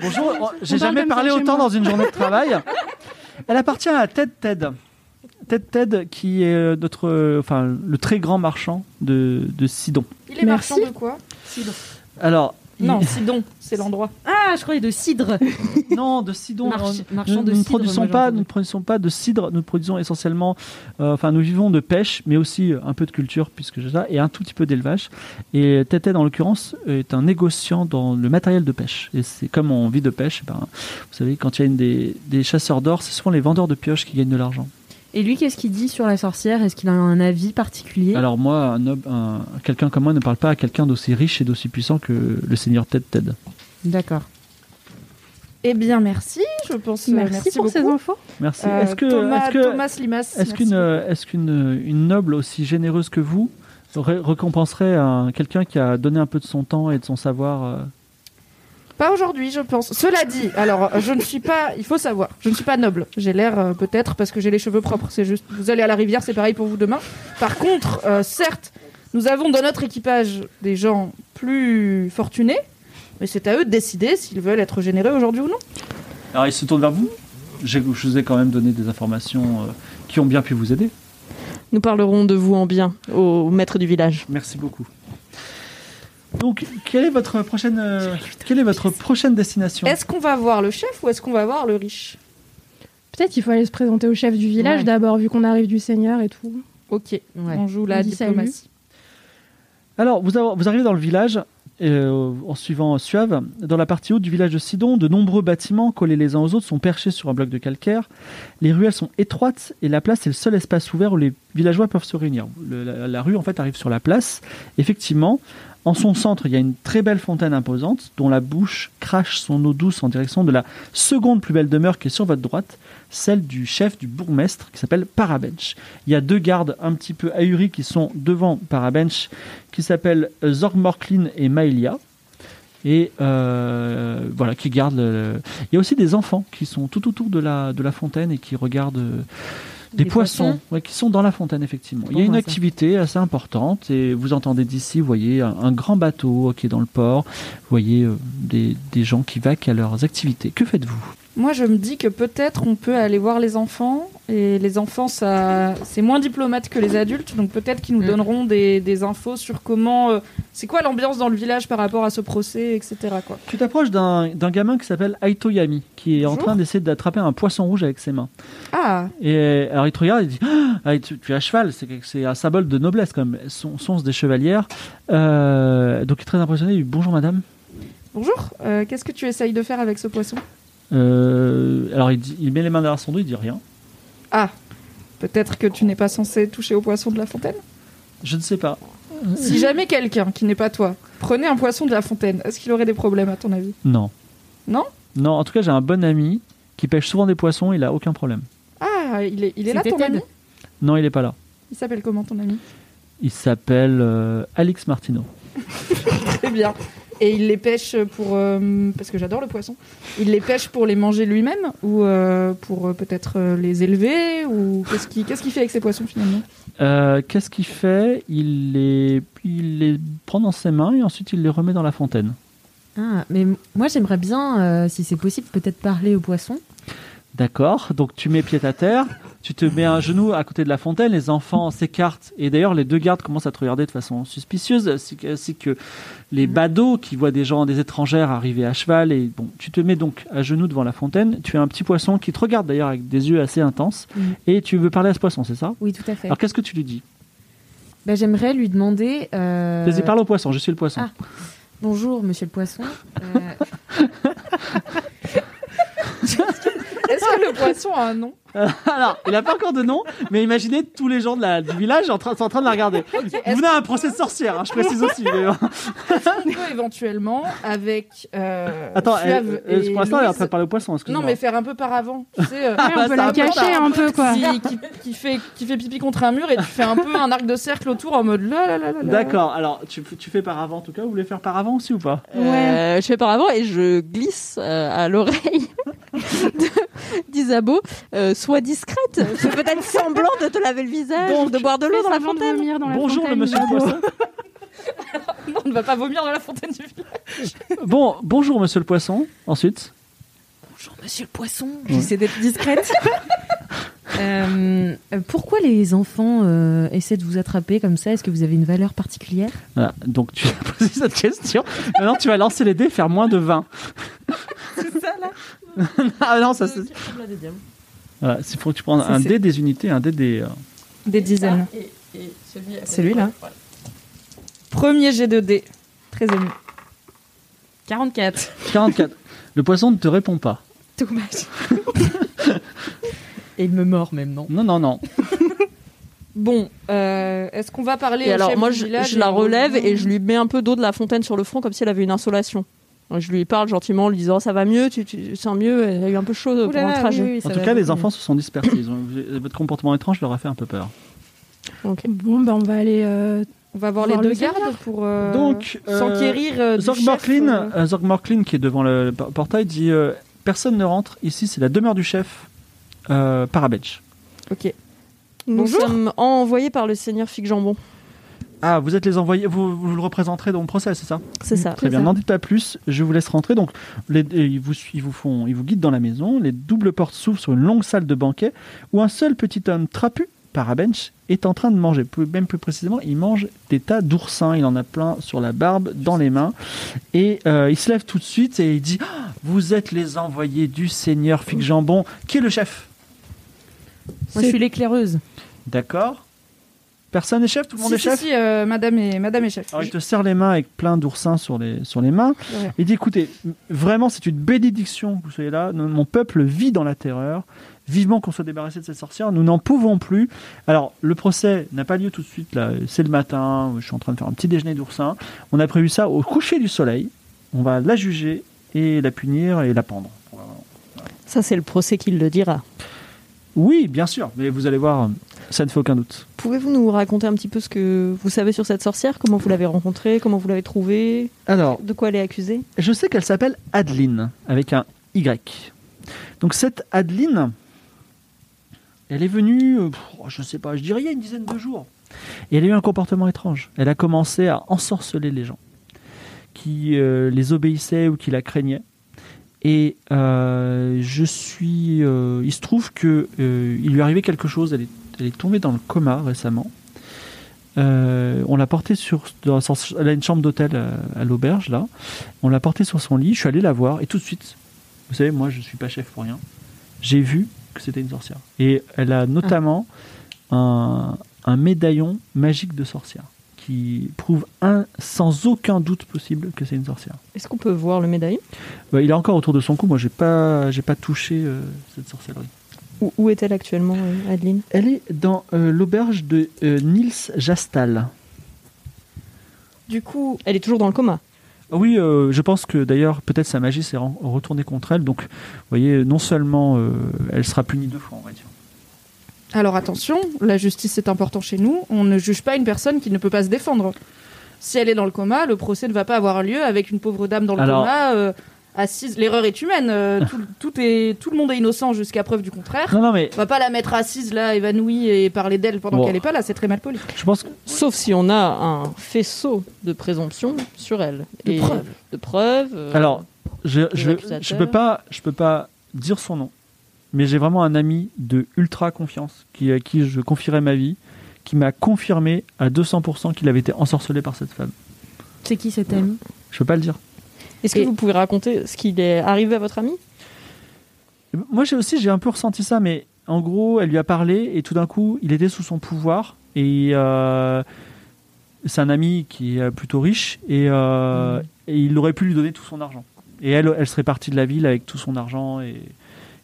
B: bonjour. oh, J'ai
F: On parle
B: jamais
F: comme ça
B: parlé
F: chez
B: autant
F: moi.
B: dans une journée de travail. Elle appartient à Ted Ted. Ted Ted, qui est euh, notre, euh, enfin, le très grand marchand de, de Sidon.
C: Il est
F: Merci.
C: marchand de quoi
B: Alors. il-
C: Non, Sidon, c'est l'endroit.
E: Ah, je croyais de cidre
B: non, de Sidon.
E: March-
B: non,
E: marchand
B: nous, nous
E: de
B: ne
E: cidre,
B: produisons
E: moi, j'ai
B: pas,
E: entendu.
B: nous ne produisons pas de cidre. Nous produisons essentiellement, euh, enfin, nous vivons de pêche, mais aussi euh, un peu de culture puisque j'ai ça et un tout petit peu d'élevage. Et Ted Ted, en l'occurrence, est un négociant dans le matériel de pêche. Et c'est comme on vit de pêche, ben, vous savez, quand il y a une des, des chasseurs d'or, c'est souvent les vendeurs de pioches qui gagnent de l'argent.
E: Et lui, qu'est-ce qu'il dit sur la sorcière Est-ce qu'il a un avis particulier
B: Alors moi, un, homme- un- quelqu'un comme moi ne parle pas à quelqu'un d'aussi riche et d'aussi puissant que le seigneur Ted Ted.
E: D'accord.
C: Eh bien, merci, je pense. euh,
F: Oh, Merci, pour ces
C: beaucoup.
F: infos.
B: Merci.
C: Euh,
B: est-ce que,
C: Thomas,
B: est-ce que-
C: Thomas Limas.
B: Est-ce qu'une est qu'une euh, une noble aussi généreuse que vous ré- récompenserait un- quelqu'un qui a donné un peu de son temps et de son savoir euh,
C: Pas aujourd'hui, je pense. Cela dit, alors, euh, je ne suis pas. Il faut savoir, je ne suis pas noble. J'ai l'air euh, peut-être parce que j'ai les cheveux propres. C'est juste. Vous allez à la rivière, c'est pareil pour vous demain. Par contre, euh, certes, nous avons dans notre équipage des gens plus fortunés, mais c'est à eux de décider s'ils veulent être généreux aujourd'hui ou non.
B: Alors il se tourne vers vous J'ai- Je vous ai quand même donné des informations euh, qui ont bien pu vous aider.
D: Nous parlerons de vous en bien au maître du village.
B: Merci beaucoup. Donc, quelle est votre prochaine, euh, quelle est votre prochaine destination
C: Est-ce qu'on va voir le chef ou est-ce qu'on va voir le riche
F: Peut-être qu'il faut aller se présenter au chef du village
E: Ouais.
F: d'abord, vu qu'on arrive du Seigneur et tout.
C: Ok,
E: Ouais.
C: on joue
F: On
C: la
F: dit salut.
C: diplomatie.
B: Alors, vous, avez- vous arrivez dans le village, euh, en suivant Suave. Dans la partie haute du village de Sidon, de nombreux bâtiments collés les uns aux autres sont perchés sur un bloc de calcaire. Les ruelles sont étroites et la place est le seul espace ouvert où les villageois peuvent se réunir. Le- la, la rue, en fait, arrive sur la place. Effectivement, en son centre, il y a une très belle fontaine imposante dont la bouche crache son eau douce en direction de la seconde plus belle demeure qui est sur votre droite, celle du chef du bourgmestre qui s'appelle Parabench. Il y a deux gardes un petit peu ahuris qui sont devant Parabench qui s'appellent Zorgmorklin et euh, Maëlia. et euh, voilà qui gardent. le- Il y a aussi des enfants qui sont tout autour de la de la fontaine et qui regardent. euh, des
E: Des
B: poissons,
E: poissons.
B: ouais, qui sont dans la fontaine, effectivement. Il y a
E: Bon, bah,
B: une
E: ça.
B: activité assez importante et vous entendez d'ici, vous voyez un, un grand bateau euh, qui est dans le port, vous voyez euh, des, des gens qui vaquent à leurs activités. Que faites-vous
C: Moi, je me dis que peut-être on peut aller voir les enfants. Et les enfants, ça, c'est moins diplomate que les adultes. Donc peut-être qu'ils nous
E: Mm.
C: donneront des, des infos sur comment. euh, c'est quoi l'ambiance dans le village par rapport à ce procès, etc. Quoi.
B: Tu t'approches d'un d'un gamin qui s'appelle Aito Yami, qui est en
C: Bonjour.
B: train d'essayer d'attraper un poisson rouge avec ses mains.
C: Ah,
B: Et euh, alors il te regarde et dit Ah, tu, tu es à cheval, c'est quelque- c'est un symbole de noblesse quand même. Son, sont des chevalières. Euh, donc il est très impressionné. Il dit Bonjour madame.
C: bonjour. Euh, qu'est-ce que tu essayes de faire avec ce poisson
B: Euh, alors il, dit- il met les mains derrière son dos, il dit rien.
C: Ah, peut-être que tu n'es pas censé toucher au poisson de la fontaine.
B: Je ne sais pas.
E: Mm.
C: Si jamais quelqu'un qui n'est pas toi prenait un poisson de la fontaine, est-ce qu'il aurait des problèmes à ton avis
B: Non.
C: Non
B: Non, en tout cas j'ai un bon ami qui pêche souvent des poissons, il a aucun problème.
C: Ah, il est, il est là
E: C'était
C: ton
E: Ted.
C: ami
B: Non, il est pas là.
C: Il s'appelle comment ton ami
B: Il s'appelle euh, Alex Martino.
C: Très bien. Et il les pêche pour. euh, parce que j'adore le poisson. Il les pêche pour les manger lui-même ou euh, pour euh, peut-être euh, les élever ou qu'est-ce qu'il qu'est-ce qu'il fait avec ces poissons finalement
B: Euh, Qu'est-ce qu'il fait il les, il les prend dans ses mains et ensuite il les remet dans la fontaine.
E: Ah, mais m- moi j'aimerais bien, euh, si c'est possible, peut-être parler aux poissons.
B: D'accord, donc tu mets pied à terre, tu te mets un genou à côté de la fontaine, les enfants s'écartent, et d'ailleurs les deux gardes commencent à te regarder de façon suspicieuse, ainsi que- ainsi que les
E: Mm.
B: badauds qui voient des gens, des étrangères arriver à cheval, et bon, tu te mets donc à genoux devant la fontaine, tu as un petit poisson qui te regarde d'ailleurs avec des yeux assez intenses,
E: Mhm.
B: et tu veux parler à ce poisson, c'est ça
E: Oui, tout à fait.
B: Alors qu'est-ce que tu lui dis
E: Bah, j'aimerais lui demander. euh,
B: Vas-y, parle au poisson, je suis le poisson.
E: Ah. Bonjour, monsieur le poisson. Euh,
C: Est-ce que le poisson a un nom
B: <laughs> Alors, il n'a pas encore de nom, mais imaginez tous les gens de la- du village en train, sont en train de la regarder.
E: <laughs>
B: Vous venez à un procès de sorcière, hein, je précise aussi. mais-
C: On peut éventuellement avec. euh,
B: Attends,
C: Suave
B: elle- elle-
C: et
B: pour l'instant, elle est en
C: Louise-
B: train de parler au poisson, excuse-moi.
C: Non, mais faire un peu par avant. Tu sais, euh,
F: Ouais, on peut
B: ça
F: la
B: va.
F: cacher un peu, quoi.
C: qui, qui- <laughs> qui fait, qui fait pipi contre un mur et tu fais un peu un arc de cercle autour en mode là là là là. là.
B: D'accord, alors tu, tu fais par avant en tout cas, vous voulez faire par avant aussi ou pas
F: Ouais.
D: Euh, je fais par avant et je glisse euh, à l'oreille <laughs> de- d'Isabeau. euh, sois discrète, fais peut-être semblant de te laver le visage,
B: Donc,
D: de boire de l'eau dans la
F: Avant de
D: fontaine.
F: vomir dans la
B: Bonjour le
F: fontaine,
B: monsieur le
F: Isabeau.
B: poisson.
C: Non, on ne va pas vomir dans la fontaine du village.
B: Bon, bonjour monsieur le poisson, ensuite.
E: Bonjour, monsieur le poisson. J'essaie d'être discrète. Euh, euh, pourquoi les enfants euh, essaient de vous attraper comme ça Est-ce que vous avez une valeur particulière
B: Voilà, donc tu as <laughs> posé cette question. Maintenant tu vas lancer les dés, faire moins de 20. C'est ça là <laughs> Ah non, ça c'est. Voilà, il faut que tu prennes un
C: c'est-
B: dé des unités, un dé des. euh,
C: Des dizaines.
F: Ah,
E: Celui-là.
C: Premier G2D. Très ému.
E: 44.
B: 44. Le poisson ne te répond pas. <laughs>
E: Dommage. Et il me mord même, non
B: Non, non, non.
C: Bon, euh, est-ce qu'on va parler
D: Et
C: au
D: alors
C: chef
D: moi
C: du
D: je,
C: village
D: je la
C: et on-
D: relève et je lui mets un peu d'eau de la fontaine sur le front comme si elle avait une insolation. Donc, je lui parle gentiment en lui disant ça va mieux, tu, tu tu sens mieux, elle a eu un peu chaud
E: Ouh là
D: pendant
E: là,
D: le
E: oui,
D: trajet.
E: oui, ça
B: en tout
E: va
B: cas, les
E: beaucoup
B: enfants se sont dispersés. Ils ont- Votre comportement étrange leur a fait un peu peur.
D: Ok.
F: Bon, bah, on va aller. euh,
C: On va voir les
F: Voir
C: deux
F: le
C: gardes pour euh,
B: Donc, euh,
C: s'enquérir euh, du
B: Zorg
C: chef,
B: Morklin,
C: euh,
B: euh, Zorg Morklin, qui est devant le por- portail, dit euh, Personne ne rentre, ici c'est la demeure du chef euh, Parabetch.
C: Ok.
D: Nous
C: Bonjour.
D: sommes envoyés par le seigneur Fig Jambon.
B: Ah, vous êtes les envoyés, vous, vous le représenterez dans le procès, c'est ça
D: C'est ça.
B: Très bien, n'en dites pas plus, je vous laisse rentrer. Donc, les- et ils, vous, ils, vous font, ils vous guident dans la maison, les doubles portes s'ouvrent sur une longue salle de banquet où un seul petit homme trapu, Parabench, est en train de manger. Plus- Même plus précisément, il mange des tas d'oursins, il en a plein sur la barbe, dans les mains. Et euh, il se lève tout de suite et il dit Ah, Vous êtes les envoyés du seigneur Fig Jambon, qui est le chef
E: Moi, je suis l'éclaireuse.
B: D'accord Personne n'est chef Tout le monde
C: si,
B: est
C: si,
B: chef
C: si, euh, madame, et, madame et chef.
B: Alors, Ah, il te serre les mains avec plein d'oursins sur les, sur les mains.
C: Ouais.
B: Il dit écoutez, m- vraiment, c'est une bénédiction que vous soyez là. Nous- mon peuple vit dans la terreur. Vivement qu'on soit débarrassé de cette sorcière. Nous n'en pouvons plus. Alors, le procès n'a pas lieu tout de suite. là. C'est le matin. Je suis en train de faire un petit déjeuner d'oursins. On a prévu ça au coucher du soleil. On va la juger et la punir et la pendre.
D: Ça c'est le procès qui le dira.
B: Oui, bien sûr. Mais vous allez voir, Ça ne fait aucun doute.
D: Pouvez-vous nous raconter un petit peu ce que vous savez sur cette sorcière Comment vous l'avez rencontrée Comment vous l'avez trouvée
B: Alors,
D: De quoi elle est accusée
B: je sais qu'elle s'appelle Adeline, avec un Y. Donc cette Adeline, elle est venue, euh, pff, je ne sais pas, je dirais il y a une dizaine de jours. Et elle a eu un comportement étrange. Elle a commencé à ensorceler les gens qui euh, les obéissaient ou qui la craignaient. Et euh, je suis, euh, il se trouve que euh, il lui arrivait quelque chose. Elle est, elle est tombée dans le coma récemment. Euh, on l'a portée sur, dans son- elle a une chambre d'hôtel euh, à l'auberge là. On l'a portée sur son lit, je suis allé la voir et tout de suite, vous savez, moi je suis pas chef pour rien, j'ai vu que c'était une sorcière. Et elle a notamment un, un médaillon magique de sorcière qui prouve un, sans aucun doute possible que c'est une sorcière.
D: Est-ce qu'on peut voir le médaillon
B: Bah, il est encore autour de son cou, moi j'ai pas, j'ai pas touché euh, cette sorcellerie.
D: où, où est-elle actuellement, euh, Adeline
B: Elle est dans euh, l'auberge de euh, Niels Jastal.
C: Du coup,
D: Elle est toujours dans le coma.
B: Oui, euh, je pense que d'ailleurs, peut-être sa magie s'est ren- retournée contre elle. Donc, vous voyez, non seulement euh, elle sera punie deux fois, on va dire.
C: alors attention, la justice est important chez nous. On ne juge pas une personne qui ne peut pas se défendre. Si elle est dans le coma, le procès ne va pas avoir lieu avec une pauvre dame dans le
B: Alors-
C: coma. euh, assise, l'erreur est humaine. euh,
B: <laughs>
C: tout, tout est, tout le monde est innocent jusqu'à preuve du contraire.
B: Non, non, mais
C: On va pas la mettre assise là, évanouie et parler d'elle pendant
B: Bon.
C: qu'elle est pas là. C'est très mal poli.
B: je pense que.
D: Sauf si on a un faisceau de présomption sur elle.
C: De
D: Et-
C: preuves.
D: De preuves. euh,
B: Alors, je,
D: Les
B: je,
D: accusateurs.
B: je peux pas, je peux pas dire son nom, mais j'ai vraiment un ami de ultra confiance qui, à qui je confierai ma vie, qui m'a confirmé à 200% qu'il avait été ensorcelé par cette femme.
E: C'est qui cet ami
B: Je peux pas le dire.
D: Est-ce que
E: Et-
D: vous pouvez raconter ce qu'il est arrivé à votre amie
B: Moi j'ai aussi j'ai un peu ressenti ça, mais en gros elle lui a parlé et tout d'un coup il était sous son pouvoir et euh, c'est un ami qui est euh, plutôt riche et, euh, et il aurait pu lui donner tout son argent. Et elle, elle serait partie de la ville avec tout son argent et,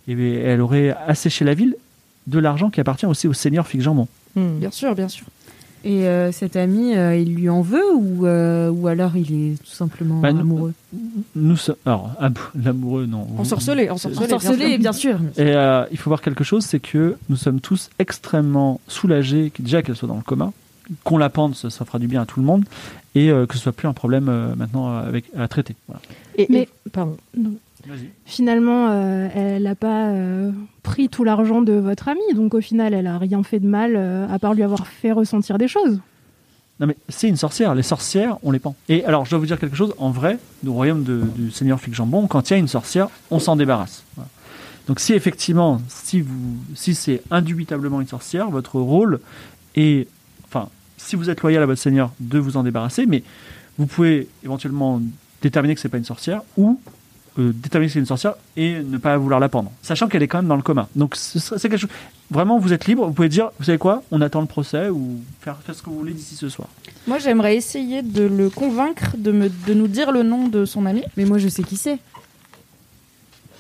B: et elle aurait asséché la ville de l'argent qui appartient aussi au seigneur Fig Jambon.
D: Hmm.
C: Bien sûr, bien sûr.
E: Et euh, cet ami, euh, il lui en veut ou, euh, ou alors il est tout simplement
B: Bah, nous-
E: amoureux
B: Nous sommes- alors ah, pff, l'amoureux non.
C: Ensorcelé, ensorcelé. bien sûr.
E: Ensorcelé, bien sûr.
B: Et euh, il faut voir quelque chose, c'est que nous sommes tous extrêmement soulagés, que- déjà qu'elle soit dans le coma, qu'on la pende, ça, ça fera du bien à tout le monde, et euh, que ce soit plus un problème euh, maintenant euh, avec, à traiter. Voilà.
D: Et-
F: Mais-
D: et- pardon.
F: Finalement, euh, elle n'a pas euh, pris tout l'argent de votre amie, donc au final, elle a rien fait de mal euh, à part lui avoir fait ressentir des choses.
B: Non mais c'est une sorcière, les sorcières, on les pend. Et alors, je dois vous dire quelque chose, en vrai, au royaume de- du seigneur Flic Jambon, quand il y a une sorcière, on s'en débarrasse. Voilà. Donc si effectivement, si, vous, si c'est indubitablement une sorcière, votre rôle est, enfin, si vous êtes loyal à votre seigneur, de vous en débarrasser, mais vous pouvez éventuellement déterminer que c'est pas une sorcière, ou euh, déterminer que c'est une sorcière et ne pas vouloir la pendre, sachant qu'elle est quand même dans le coma. Donc ce serait- c'est quelque chose... Vraiment, vous êtes libre, vous pouvez dire, vous savez quoi, on attend le procès, ou faire, faire ce que vous voulez d'ici ce soir.
C: Moi, j'aimerais essayer de le convaincre de, me, de nous dire le nom de son ami.
E: Mais moi, je sais qui c'est.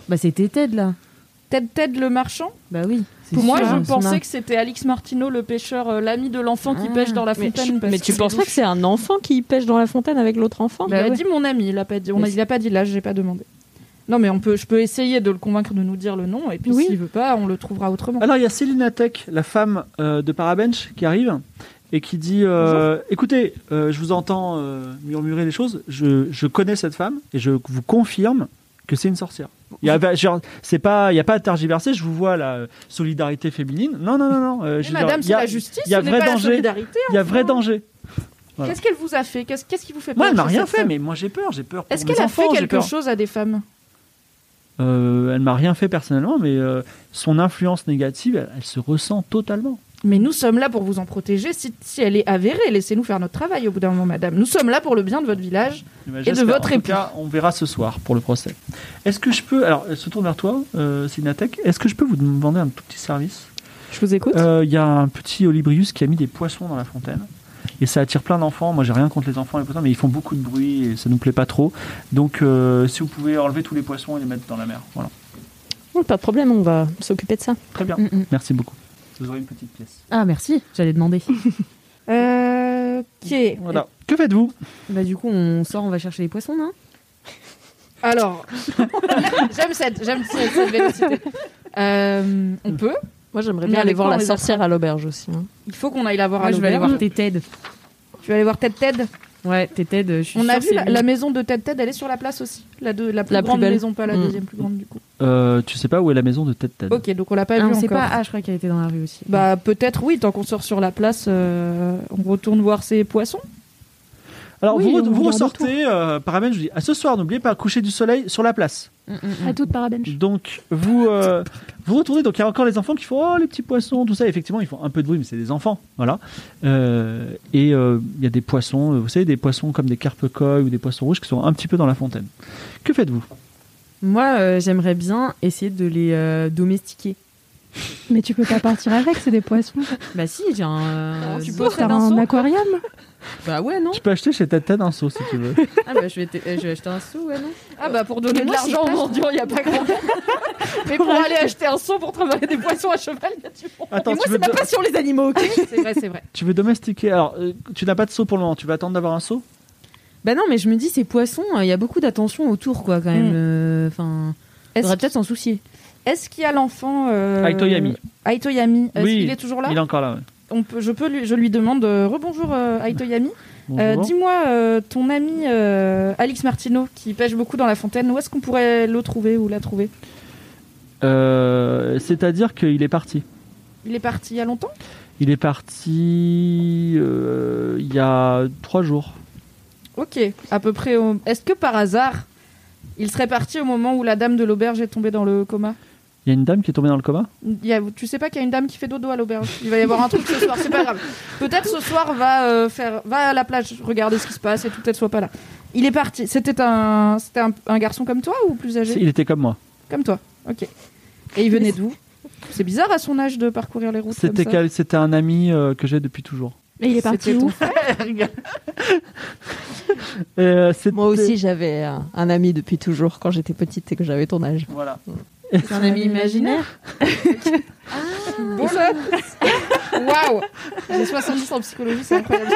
E: Bah, c'était Ted, là.
C: Ted Ted le marchand.
E: Bah oui. c'est
C: Pour moi,
E: sûr,
B: hein,
C: je
E: son
C: pensais
E: mari.
C: que c'était Alix Martineau, le pêcheur, euh, l'ami de l'enfant qui
E: Ah.
C: pêche dans la
D: Mais,
C: fontaine.
D: mais tu penses pas
C: pas
D: que c'est un enfant qui pêche dans la fontaine avec l'autre enfant
C: Il a
E: Bah ouais.
C: dit mon ami, il a pas dit. On a, il a pas dit l'âge, j'ai pas demandé. Non, mais on peut, je peux essayer de le convaincre de nous dire le nom, et puis
F: Oui.
C: s'il veut pas, on le trouvera autrement.
B: Alors il y a Céline Tech, la femme euh, de Parabench, qui arrive et qui dit euh, Écoutez, euh, je vous entends euh, murmurer des choses. Je, je connais cette femme et je vous confirme que c'est une sorcière. Il y a, genre, c'est pas, il y a pas à tergiverser. Je vous vois la euh, solidarité féminine. Non, non, non, non. euh, je
C: Mais
B: veux dire,
C: madame,
B: il
C: c'est
B: y a-
C: la justice,
B: il y a
C: ce n'est
B: vrai
C: pas la
B: danger.
C: solidarité.
B: Il y a vrai
C: enfant.
B: danger. Voilà.
C: Qu'est-ce qu'elle vous a fait Qu'est-ce qu'est-ce qui vous fait peur
B: Moi, elle m'a
C: chez
B: rien
C: cette
B: fait,
C: femme
B: mais moi j'ai peur. J'ai peur. Pour
C: Est-ce
B: mes
C: qu'elle a
B: enfants,
C: fait
B: j'ai
C: quelque
B: peur.
C: chose à des femmes
B: Euh, Elle m'a rien fait personnellement, mais euh, son influence négative, elle- elle se ressent totalement.
C: Mais nous sommes là pour vous en protéger si, si elle est avérée. Laissez-nous faire notre travail au bout d'un moment, madame. Nous sommes là pour le bien de votre village.
B: Eh ben,
C: Et
B: j'espère.
C: de votre
B: En tout
C: époux.
B: cas, on verra ce soir pour le procès. Est-ce que je peux. Alors, elle se tourne vers toi, euh, Sinatech. Est-ce que je peux vous demander un tout petit service
D: Je vous écoute.
B: Euh, Il y a un petit Olibrius qui a mis des poissons dans la fontaine. Et ça attire plein d'enfants. Moi, j'ai rien contre les enfants, les poissons, mais ils font beaucoup de bruit et ça nous plaît pas trop. Donc, euh, si vous pouvez enlever tous les poissons et les mettre dans la mer. Voilà.
D: Oh, pas de problème, on va s'occuper de ça.
B: Très bien.
E: Mm, mm.
B: Merci beaucoup. Vous aurez une petite pièce.
E: Ah, merci. J'allais demander.
C: Euh, ok.
B: Voilà. Que faites-vous
E: bah, du coup, on sort, on va chercher les poissons, non
C: <laughs> Alors, j'aime cette, j'aime cette, cette vélocité. Euh, on peut,
D: Moi, j'aimerais
C: Mais
D: bien aller
C: avec
D: voir
C: quoi on
D: la
C: les
D: sorcière à l'auberge aussi. hein.
C: Il faut qu'on aille la voir à
E: Moi, je vais aller
C: l'auberge.
E: voir tes TED.
C: Tu vas aller voir Ted Ted.
E: Ouais, tes TED, je suis
C: On a
E: sûre,
C: vu
E: c'est
C: la,
E: lui.
C: la maison de Ted Ted, elle est sur la place aussi. La, deux- la plus
D: La plus
C: grande
D: belle.
C: maison, pas la
D: Mm.
C: deuxième plus grande du coup.
B: Euh, tu sais pas où est la maison de Ted Ted
C: Ok, donc on l'a pas
E: Ah,
C: vu
E: on sait
C: encore.
E: pas. Ah, je crois qu'elle était dans la rue aussi.
C: Bah peut-être oui, tant qu'on sort sur la place, euh, on retourne voir ces poissons.
B: Alors,
F: Oui,
B: vous, re-
F: on
B: vous
F: regarde
B: ressortez, euh, Paraben, je vous dis, à ce soir, n'oubliez pas, coucher du soleil sur la place.
F: À toute parabench.
B: Donc, vous,
C: <laughs>
B: euh, vous retournez, donc il y a encore les enfants qui font, oh, les petits poissons, tout ça. Effectivement, ils font un peu de bruit, mais c'est des enfants, voilà. Euh, et euh, il y a des poissons, euh, vous savez, des poissons comme des carpes coilles ou des poissons rouges qui sont un petit peu dans la fontaine. Que faites-vous
E: Moi, euh, j'aimerais bien essayer de les euh, domestiquer.
F: Mais tu peux pas partir avec, c'est des poissons.
E: Bah si, j'ai un. euh,
C: Ah, tu
E: zoo.
C: peux
F: T'as un aquarium
E: Bah ouais, non.
B: Tu peux acheter chez Ted Ted un seau, si tu
C: <laughs>
B: veux.
E: Ah bah je vais, t- euh, je vais acheter un sou, ouais, non.
C: Ah bah pour donner de
E: moi,
C: l'argent aux mendiants, il n'y a pas <laughs> grand Mais pour aller acheter un son pour travailler des poissons à cheval, il y a du monde.
B: Attends, tu veux, do-
E: sur les animaux, ok
C: C'est vrai, c'est vrai.
B: tu veux domestiquer. Alors, euh, tu n'as pas de seau pour le moment, tu vas attendre d'avoir un seau
E: Bah non, mais je me dis, ces poissons, euh, il y a beaucoup d'attention autour, quoi, quand même.
C: Mm.
E: euh, Enfin,
C: Est-ce
E: faudrait peut-être s'en soucier.
C: Est-ce qu'il y a l'enfant euh...
B: Aito Yami.
C: Aito Yami, est-ce
B: Oui,
C: qu'il est toujours là
B: Il est encore là, ouais.
C: On peut, je, peux lui, je lui demande euh, rebonjour euh, Aito Yami. Euh,
B: Bonjour.
C: Dis-moi, euh, ton ami euh, Alix Martino, qui pêche beaucoup dans la fontaine, où est-ce qu'on pourrait le trouver ou la trouver
B: Euh, C'est-à-dire qu'il est parti.
C: Il est parti il y a longtemps
B: Il est parti euh, il y a trois jours.
C: Ok, à peu près. au- Est-ce que par hasard, il serait parti au moment où la dame de l'auberge est tombée dans le coma
B: Il y a une dame qui est tombée dans le coma
C: Il y a- tu sais pas qu'il y a une dame qui fait dodo à l'auberge. Il va y avoir un truc ce soir, c'est pas grave. Peut-être ce soir va euh, faire, va à la plage, regarder ce qui se passe et tout, peut-être soit pas là. Il est parti. C'était un, c'était un, un garçon comme toi ou plus âgé
B: Il était comme moi.
C: Comme toi. Ok. Et il venait d'où C'est bizarre à son âge de parcourir les routes comme
B: C'était
C: ça.
B: quel- c'était un ami euh, que j'ai depuis toujours.
F: Et il est parti
C: C'était ton
F: où
C: frère.
B: Euh, c'était-
D: <laughs> Moi aussi, j'avais un, un ami depuis toujours quand j'étais petite et que j'avais ton âge.
B: Voilà.
E: C'est un ami imaginaire Ah.
C: Bon, là. Waouh J'ai 70 en psychologie, c'est incroyable.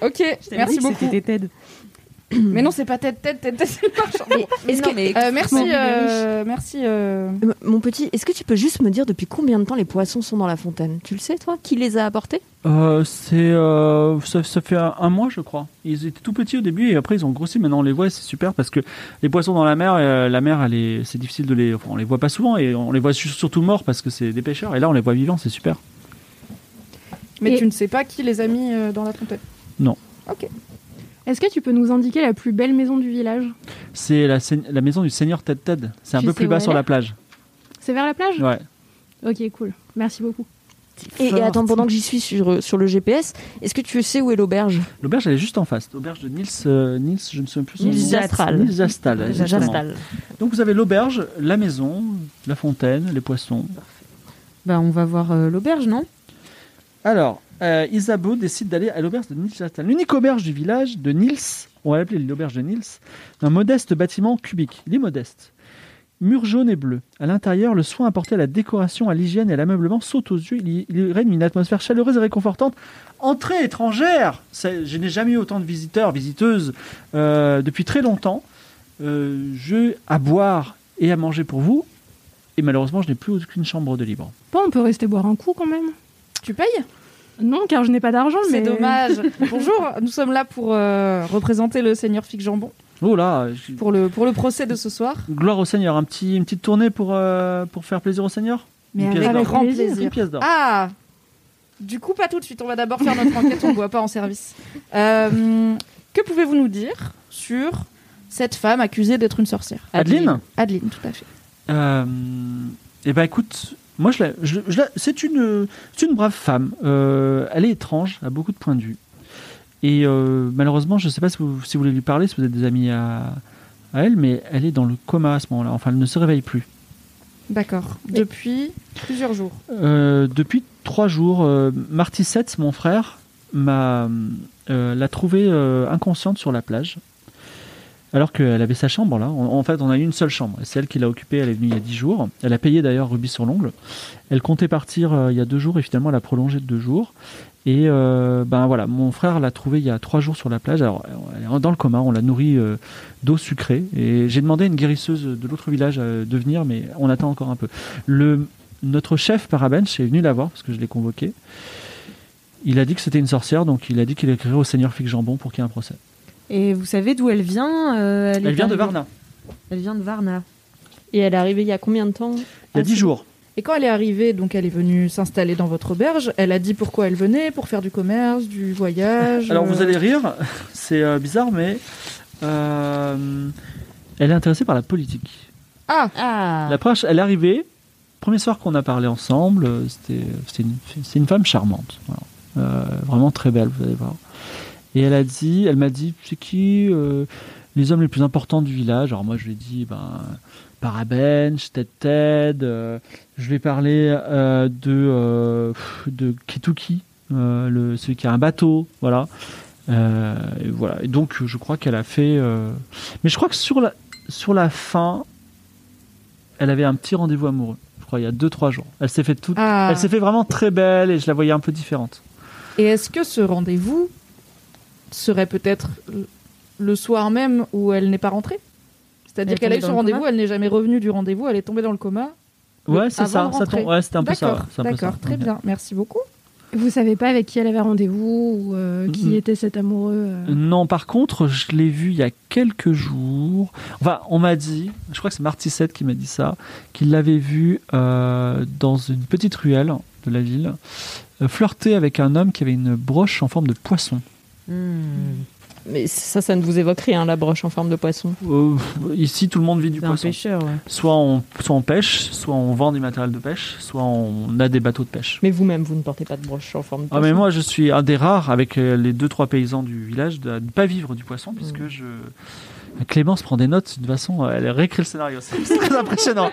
C: ok, merci beaucoup.
E: C'était Ted.
C: Mais non, c'est pas tête, tête, tête, tête, c'est pas genre-
E: Mais non,
D: que-
E: mais.
C: Euh, merci,
F: Comment
C: euh, merci. euh,
D: Euh, Mon petit, est-ce que tu peux juste me dire depuis combien de temps les poissons sont dans la fontaine Tu le sais, toi Qui les a apportés
B: Euh, c'est, euh, ça, ça fait un, un mois, je crois. Ils étaient tout petits au début et après ils ont grossi. Maintenant on les voit, et c'est super parce que les poissons dans la mer, euh, la mer, elle est, c'est difficile de les, enfin, on les voit pas souvent et on les voit su- surtout morts parce que c'est des pêcheurs. Et là on les voit vivants, c'est super.
C: Mais
F: Et-
C: tu ne sais pas qui les a mis euh, dans la fontaine.
F: Est-ce que tu peux nous indiquer la plus belle maison du village
B: C'est la, seigne- la maison du seigneur Ted Ted. C'est un
F: Tu
B: peu
F: sais
B: plus
F: où
B: bas
F: elle
B: sur
F: est
B: la plage.
F: C'est vers la plage
B: Ouais.
F: Ok, cool. Merci beaucoup.
D: et, et attends, pendant que j'y suis sur, euh, sur le GPS, est-ce que tu sais où est l'auberge
B: L'auberge, elle est juste en face. L'auberge de Nils, euh, Nils, je ne sais plus son
D: Nils
B: nom.
D: Jastral.
B: Nils Jastral, exactement. Donc vous avez l'auberge, la maison, la fontaine, les poissons.
E: Bah on va voir euh, l'auberge, non
B: Alors, euh, Isabeau décide d'aller à l'auberge de Nils Jastral. L'unique auberge du village de Nils, on va l'appeler l'auberge de Nils, un modeste bâtiment cubique. Il est modeste. Mur jaune et bleu. À l'intérieur, le soin apporté à la décoration, à l'hygiène et à l'ameublement saute aux yeux. Il, y- il y règne une atmosphère chaleureuse et réconfortante. Entrée étrangère Ça, Je n'ai jamais eu autant de visiteurs, visiteuses euh, depuis très longtemps. Euh, je à boire et à manger pour vous. Et malheureusement, je n'ai plus aucune chambre de libre.
F: Bon, on peut rester boire un coup quand même
C: Tu payes
F: Non, car je n'ai pas d'argent, mais.
C: C'est
E: <laughs>
C: dommage. Bonjour, nous sommes là pour euh, représenter le seigneur Fic Jambon
B: Oh là je-
C: pour le, pour le procès de ce soir.
B: Gloire au Seigneur, un petit, une petite tournée pour, euh, pour faire plaisir au Seigneur
C: Mais
B: Une pièce
C: avec
B: d'or.
C: grand
F: plaisir.
C: plaisir.
B: Une pièce d'or.
C: Ah Du coup, pas tout de suite. On va d'abord faire notre enquête, on ne boit pas en service. Euh, que pouvez-vous nous dire sur cette femme accusée d'être une sorcière
B: Adeline
C: Adeline, tout à fait.
B: Euh, Eh ben écoute, moi je la, je- je la- c'est une, c'est une brave femme. Euh, elle est étrange à beaucoup de points de vue. Et euh, malheureusement, je ne sais pas si vous, si vous voulez lui parler, si vous êtes des amis à, à elle, mais elle est dans le coma à ce moment-là. Enfin, elle ne se réveille plus.
C: D'accord. Depuis plusieurs jours.
B: Euh, depuis trois jours, euh, Marty Setz, mon frère, m'a euh, l'a trouvée euh, inconsciente sur la plage. Alors qu'elle avait sa chambre là. En, en fait, on a eu une seule chambre. C'est elle qui l'a occupée. Elle est venue il y a dix jours. Elle a payé d'ailleurs rubis sur l'ongle. Elle comptait partir euh, il y a deux jours et finalement elle a prolongé de deux jours. Et euh, ben voilà, mon frère l'a trouvée il y a trois jours sur la plage. Alors elle est dans le coma. On l'a nourrie euh, d'eau sucrée. Et j'ai demandé à une guérisseuse de l'autre village euh, de venir, mais on attend encore un peu. Le notre chef Parabench est venu la voir parce que je l'ai convoqué. Il a dit que c'était une sorcière, donc il a dit qu'il écrirait au seigneur Fig Jambon pour qu'il y ait un procès.
E: Et vous savez d'où elle vient euh, est
B: Elle vient de
E: arrivée-
B: Varna,
E: Elle vient de Varna.
D: Et elle est arrivée il y a combien de temps
B: il y a
E: Ah,
B: 10 jours.
C: Et quand elle est arrivée, donc elle est venue s'installer dans votre auberge, elle a dit pourquoi elle venait, pour faire du commerce, du voyage.
B: Alors vous
C: euh,
B: allez rire, <laughs> c'est euh, bizarre, mais euh, elle est intéressée par la politique.
C: Ah,
E: Ah
B: La proche, elle est arrivée. Premier soir qu'on a parlé ensemble, euh, c'était c'était une, c'est une femme charmante, voilà. Euh, vraiment très belle, vous allez voir. Et elle a dit, elle m'a dit, c'est qui euh, les hommes les plus importants du village Alors moi je lui ai dit, ben Parabench, Ted Ted. euh, je vais parler euh, de euh, pff, de Ketuki, euh, le, celui qui a un bateau, voilà. Euh, et voilà. Et donc je crois qu'elle a fait, euh, mais je crois que sur la sur la fin, elle avait un petit rendez-vous amoureux, je crois, il y a 2-3 jours. Elle s'est fait tout...
C: ah.
B: Elle s'est fait vraiment très belle et je la voyais un peu différente.
C: Et est-ce que ce rendez-vous serait peut-être le soir même où elle n'est pas rentrée
E: Elle
C: C'est-à-dire
E: est
C: qu'elle a
E: tombée
C: eu
E: dans
C: son
E: le coma
C: rendez-vous, elle n'est jamais revenue du rendez-vous, elle est tombée dans le coma.
B: Ouais, c'est ça.
C: avant de
B: ça
C: rentrer.
B: tombe- ouais, c'était un peu ça.
C: D'accord,
B: ouais, c'est un peu
C: d'accord,
B: ça. Mm.
C: très
B: Ouais.
C: bien, merci beaucoup.
F: Vous savez pas avec qui elle avait rendez-vous ou euh, qui
B: Mhm.
F: était cet amoureux euh.
B: Non, par contre, je l'ai vu il y a quelques jours. Enfin, on m'a dit, je crois que c'est Marticette qui m'a dit ça, qu'il l'avait vue euh, dans une petite ruelle de la ville, euh, flirter avec un homme qui avait une broche en forme de poisson.
E: Hmm.
D: Mais ça, ça ne vous évoque rien, la broche en forme de poisson.
B: Euh, ici, tout le monde vit du
E: C'est un
B: poisson.
E: pêcheur, ouais.
B: Soit on, soit on pêche, soit on vend des matériels de pêche, soit on a des bateaux de pêche.
D: Mais vous-même, vous ne portez pas de broche en forme de
B: Ah
D: poisson.
B: mais moi je suis un des rares avec euh, les deux trois paysans du village de à ne pas vivre du poisson puisque je Clémence prend des notes de toute façon euh, elle réécrit le scénario <laughs> c'est c'est très impressionnant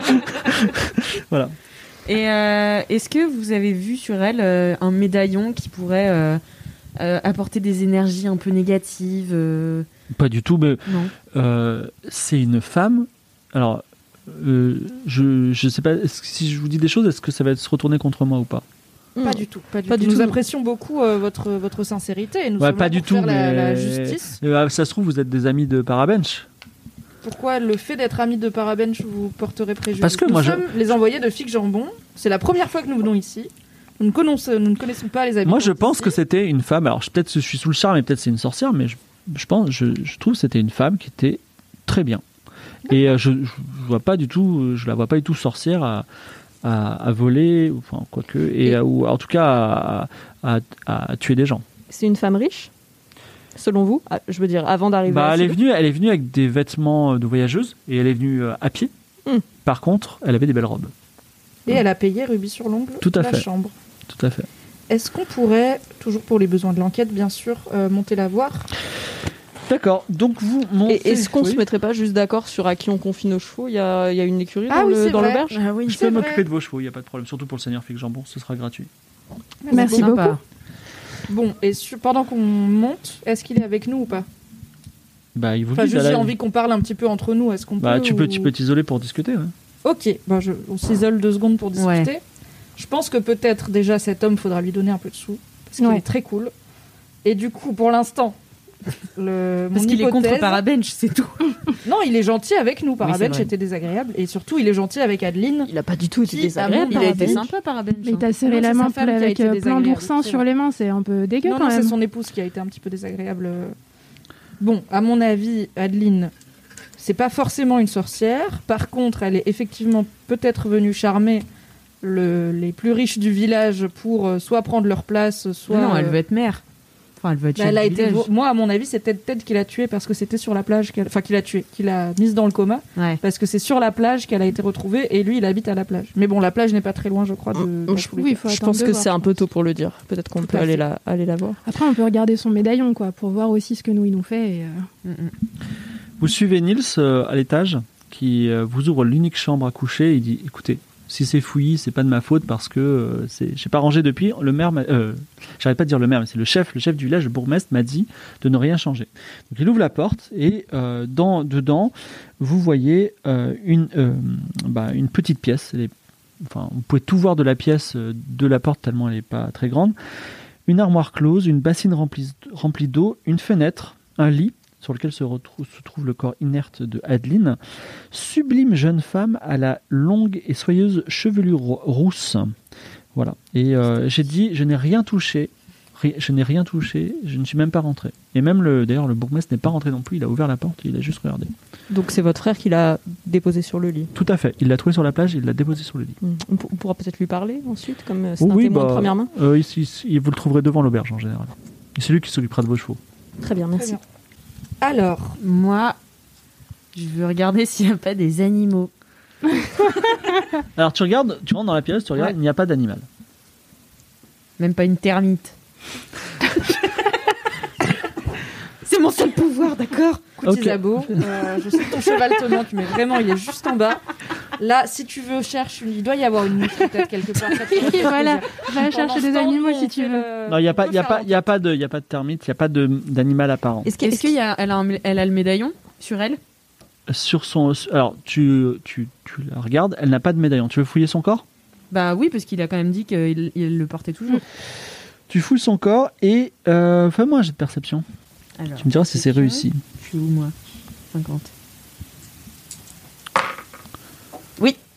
E: Et euh, est-ce que vous avez vu sur elle euh, un médaillon qui pourrait euh, euh, apporter des énergies un peu négatives euh,
B: pas du tout mais
E: Non.
B: euh, c'est une femme alors euh, je je sais pas est-ce que si je vous dis des choses est-ce que ça va se retourner contre moi ou pas
D: Hmm.
C: Pas du tout, pas du
D: Pas
C: tout.
D: du
C: nous
D: tout.
C: apprécions beaucoup euh, votre, votre sincérité et nous
B: Ouais,
C: sommes
B: pas
C: là
B: du
C: pour
B: tout
C: faire la,
B: mais-
C: la justice.
B: Euh, ça se trouve vous êtes des amis de Parabench
C: Pourquoi le fait d'être ami de Parabench vous porterait préjudice
B: Parce que
C: Nous
B: moi, je-
C: sommes les envoyés de Fig Jambon, c'est la première fois que nous venons ici. Nous ne connaissons, nous ne connaissons pas les habitants.
B: moi je pense
C: d'ici.
B: que c'était une femme alors je- peut-être je suis sous le charme et peut-être c'est une sorcière mais je, je pense je, je trouve que c'était une femme qui était très bien et euh, je, je vois pas du tout euh, je la vois pas du tout sorcière à, à, à voler ou enfin quoique et,
E: Et-
B: à- ou en tout cas à, à, à- à tuer des gens
D: C'est une femme riche Selon vous Ah, Je veux dire, avant d'arriver
B: bah
D: à
B: elle est
D: Sydney.
B: venue elle est venue avec des vêtements euh, de voyageuse et elle est venue euh, à pied
D: Hmm.
B: par contre elle avait des belles robes
C: Et elle a payé Ruby sur l'ongle
B: Tout à
C: la
B: fait.
C: chambre.
B: tout à fait
C: Est-ce qu'on pourrait, toujours pour les besoins de l'enquête bien sûr, euh, monter la voir
B: d'accord donc vous montez
D: Et est-ce qu'on
B: Oui.
D: se mettrait pas juste d'accord sur à qui on confie nos chevaux Il y a, il y a une écurie
C: Ah
D: dans
C: oui,
D: le-
C: c'est
D: dans
C: vrai.
D: l'auberge
E: Ah oui.
B: je peux
C: C'est vrai.
B: m'occuper de vos chevaux, il n'y a pas de problème. Surtout pour le Seigneur Fig Jambon, ce sera gratuit.
F: Merci
C: Bon,
F: beaucoup.
E: Sympa.
C: Bon, et su- pendant qu'on monte, est-ce qu'il est avec nous ou pas
B: Bah, il vous
C: Enfin,
B: dit,
C: juste
B: à la-
C: j'ai envie qu'on parle un petit peu entre nous. Est-ce qu'on
B: Bah,
C: peut
B: tu peux
C: ou-
B: tu peux t'isoler pour discuter. ouais.
C: Ok, bon, je- on s'isole deux secondes pour discuter.
E: Ouais.
C: Je pense que peut-être déjà cet homme, faudra lui donner un peu de sous, parce qu'il
F: Ouais.
C: est très cool. Et du coup, pour l'instant,
E: <laughs>
C: le,
E: Parce
C: mon
E: qu'il est contre
C: hypothèse-
E: Parabench, c'est tout.
C: Non, il est gentil avec nous.
E: c'est
C: Parabench
E: vrai.
C: était désagréable, et surtout, il est gentil avec Adeline.
D: Il a pas du tout
C: Qui, à mon Parabench
E: Parabench.
F: Mais il t'a serré
C: Non,
F: la
C: c'est
F: main
C: sa
F: pour
C: femme qui a
F: avec
C: été
F: euh, plein
C: désagréable,
F: d'oursins
C: c'est
F: sur
C: vrai.
F: les mains, c'est un peu dégueu
C: Non,
F: quand
C: non, c'est
F: même.
C: son épouse qui a été un petit peu désagréable. euh. Bon, à mon avis, Adeline, c'est pas forcément une sorcière. Par contre, elle est effectivement peut-être venue charmer le- les plus riches du village pour euh, soit prendre leur place, soit.
E: Non, elle
C: euh,
E: veut être mère. Enfin, elle veut être
C: bah,
E: chef
C: elle a
E: du
C: été.
E: village.
C: Moi, à mon avis, c'est peut-être Ted qui l'a tuée parce que c'était sur la plage, qu'elle- enfin, qui l'a tuée, qui l'a mise dans le coma
E: Ouais.
C: parce que c'est sur la plage qu'elle a été retrouvée et lui, il habite à la plage. Mais bon, la plage n'est pas très loin, je crois. De, dans
D: Je-
C: tous les
F: Oui, il
C: cas.
F: faut
D: Je
F: attendre
D: pense
F: de
D: que
F: voir.
D: c'est un peu tôt pour le dire. Peut-être qu'on
C: Tout
D: peut
C: à
D: aller
C: fait.
D: la, aller la voir.
F: Après, on peut regarder son médaillon, quoi, pour voir aussi ce que nous, il nous fait. et, euh,
E: Mm, mm.
B: Vous suivez Nils euh, à l'étage, qui euh, vous ouvre l'unique chambre à coucher et il dit écoutez, si c'est fouillis, c'est pas de ma faute parce que euh, c'est- j'ai pas rangé depuis. Le maire, m'a- euh, j'arrête pas de dire le maire, mais c'est le chef, le chef du village, le bourgmestre m'a dit de ne rien changer. Donc il ouvre la porte et euh, dans, dedans, vous voyez euh, une, euh, bah, une petite pièce. Elle est- enfin, vous pouvez tout voir de la pièce, euh, de la porte tellement elle n'est pas très grande. Une armoire close, une bassine remplie, remplie d'eau, une fenêtre, un lit sur lequel se, retrou- se trouve le corps inerte de Adeline, sublime jeune femme à la longue et soyeuse chevelure ro- rousse. Voilà. Et euh, j'ai dit, je n'ai rien touché. Ri- Je n'ai rien touché, je ne suis même pas rentré. Et même le, d'ailleurs, le bourgmestre n'est pas rentré non plus, il a ouvert la porte, il a juste regardé.
D: Donc c'est votre frère qui l'a déposé sur le lit.
B: Tout à fait, il l'a trouvé sur la plage, il l'a déposé sur le lit.
D: Mm. On, pour- on pourra peut-être lui parler ensuite, comme euh, c'est un
B: Oui,
D: témoin de
B: bah,
D: première main.
B: euh, ici, ici, vous le trouverez devant l'auberge en général. Et c'est lui qui s'occupera de vos chevaux.
D: Très bien, merci.
C: bien. Alors,
E: Moi, je veux regarder <laughs> s'il n'y a pas des animaux.
B: Alors tu regardes, tu rentres dans la pièce, tu regardes,
E: Ouais.
B: il n'y a pas d'animal.
E: Même pas une termite.
C: c'est mon seul pouvoir, d'accord Coup
B: Ok.
C: tes sabots. Euh, je sais que ton cheval te manque, mais vraiment, il est juste en bas. Là, si tu veux, cherche une. Il doit y avoir une niche peut-être quelque part. Ça te fera
F: Voilà,
C: plaisir.
F: va
C: Pendant
F: chercher
C: ce
F: des
C: temps,
F: animaux
C: on
F: si tu
C: fait
F: veux.
C: le-
B: Euh, Non, il n'y a
C: on
B: pas,
C: peut
B: il y a
C: faire
B: pas,
C: un-
B: il y a pas de, il y a pas de termites, il n'y a pas de d'animal apparent.
D: Est-ce que-
E: Est-ce
D: est-ce
E: qu'elle a, elle a, un- elle a le médaillon sur elle
B: Sur son, alors tu, tu, tu la regardes, elle n'a pas de médaillon. Tu veux fouiller son corps
E: Bah oui, parce qu'il a quand même dit qu'il il le portait toujours.
B: Tu fouilles son corps et euh, fais-moi un jet de perception.
E: Alors,
B: Tu me diras si c'est
E: perception.
B: réussi.
E: Je suis où moi 50.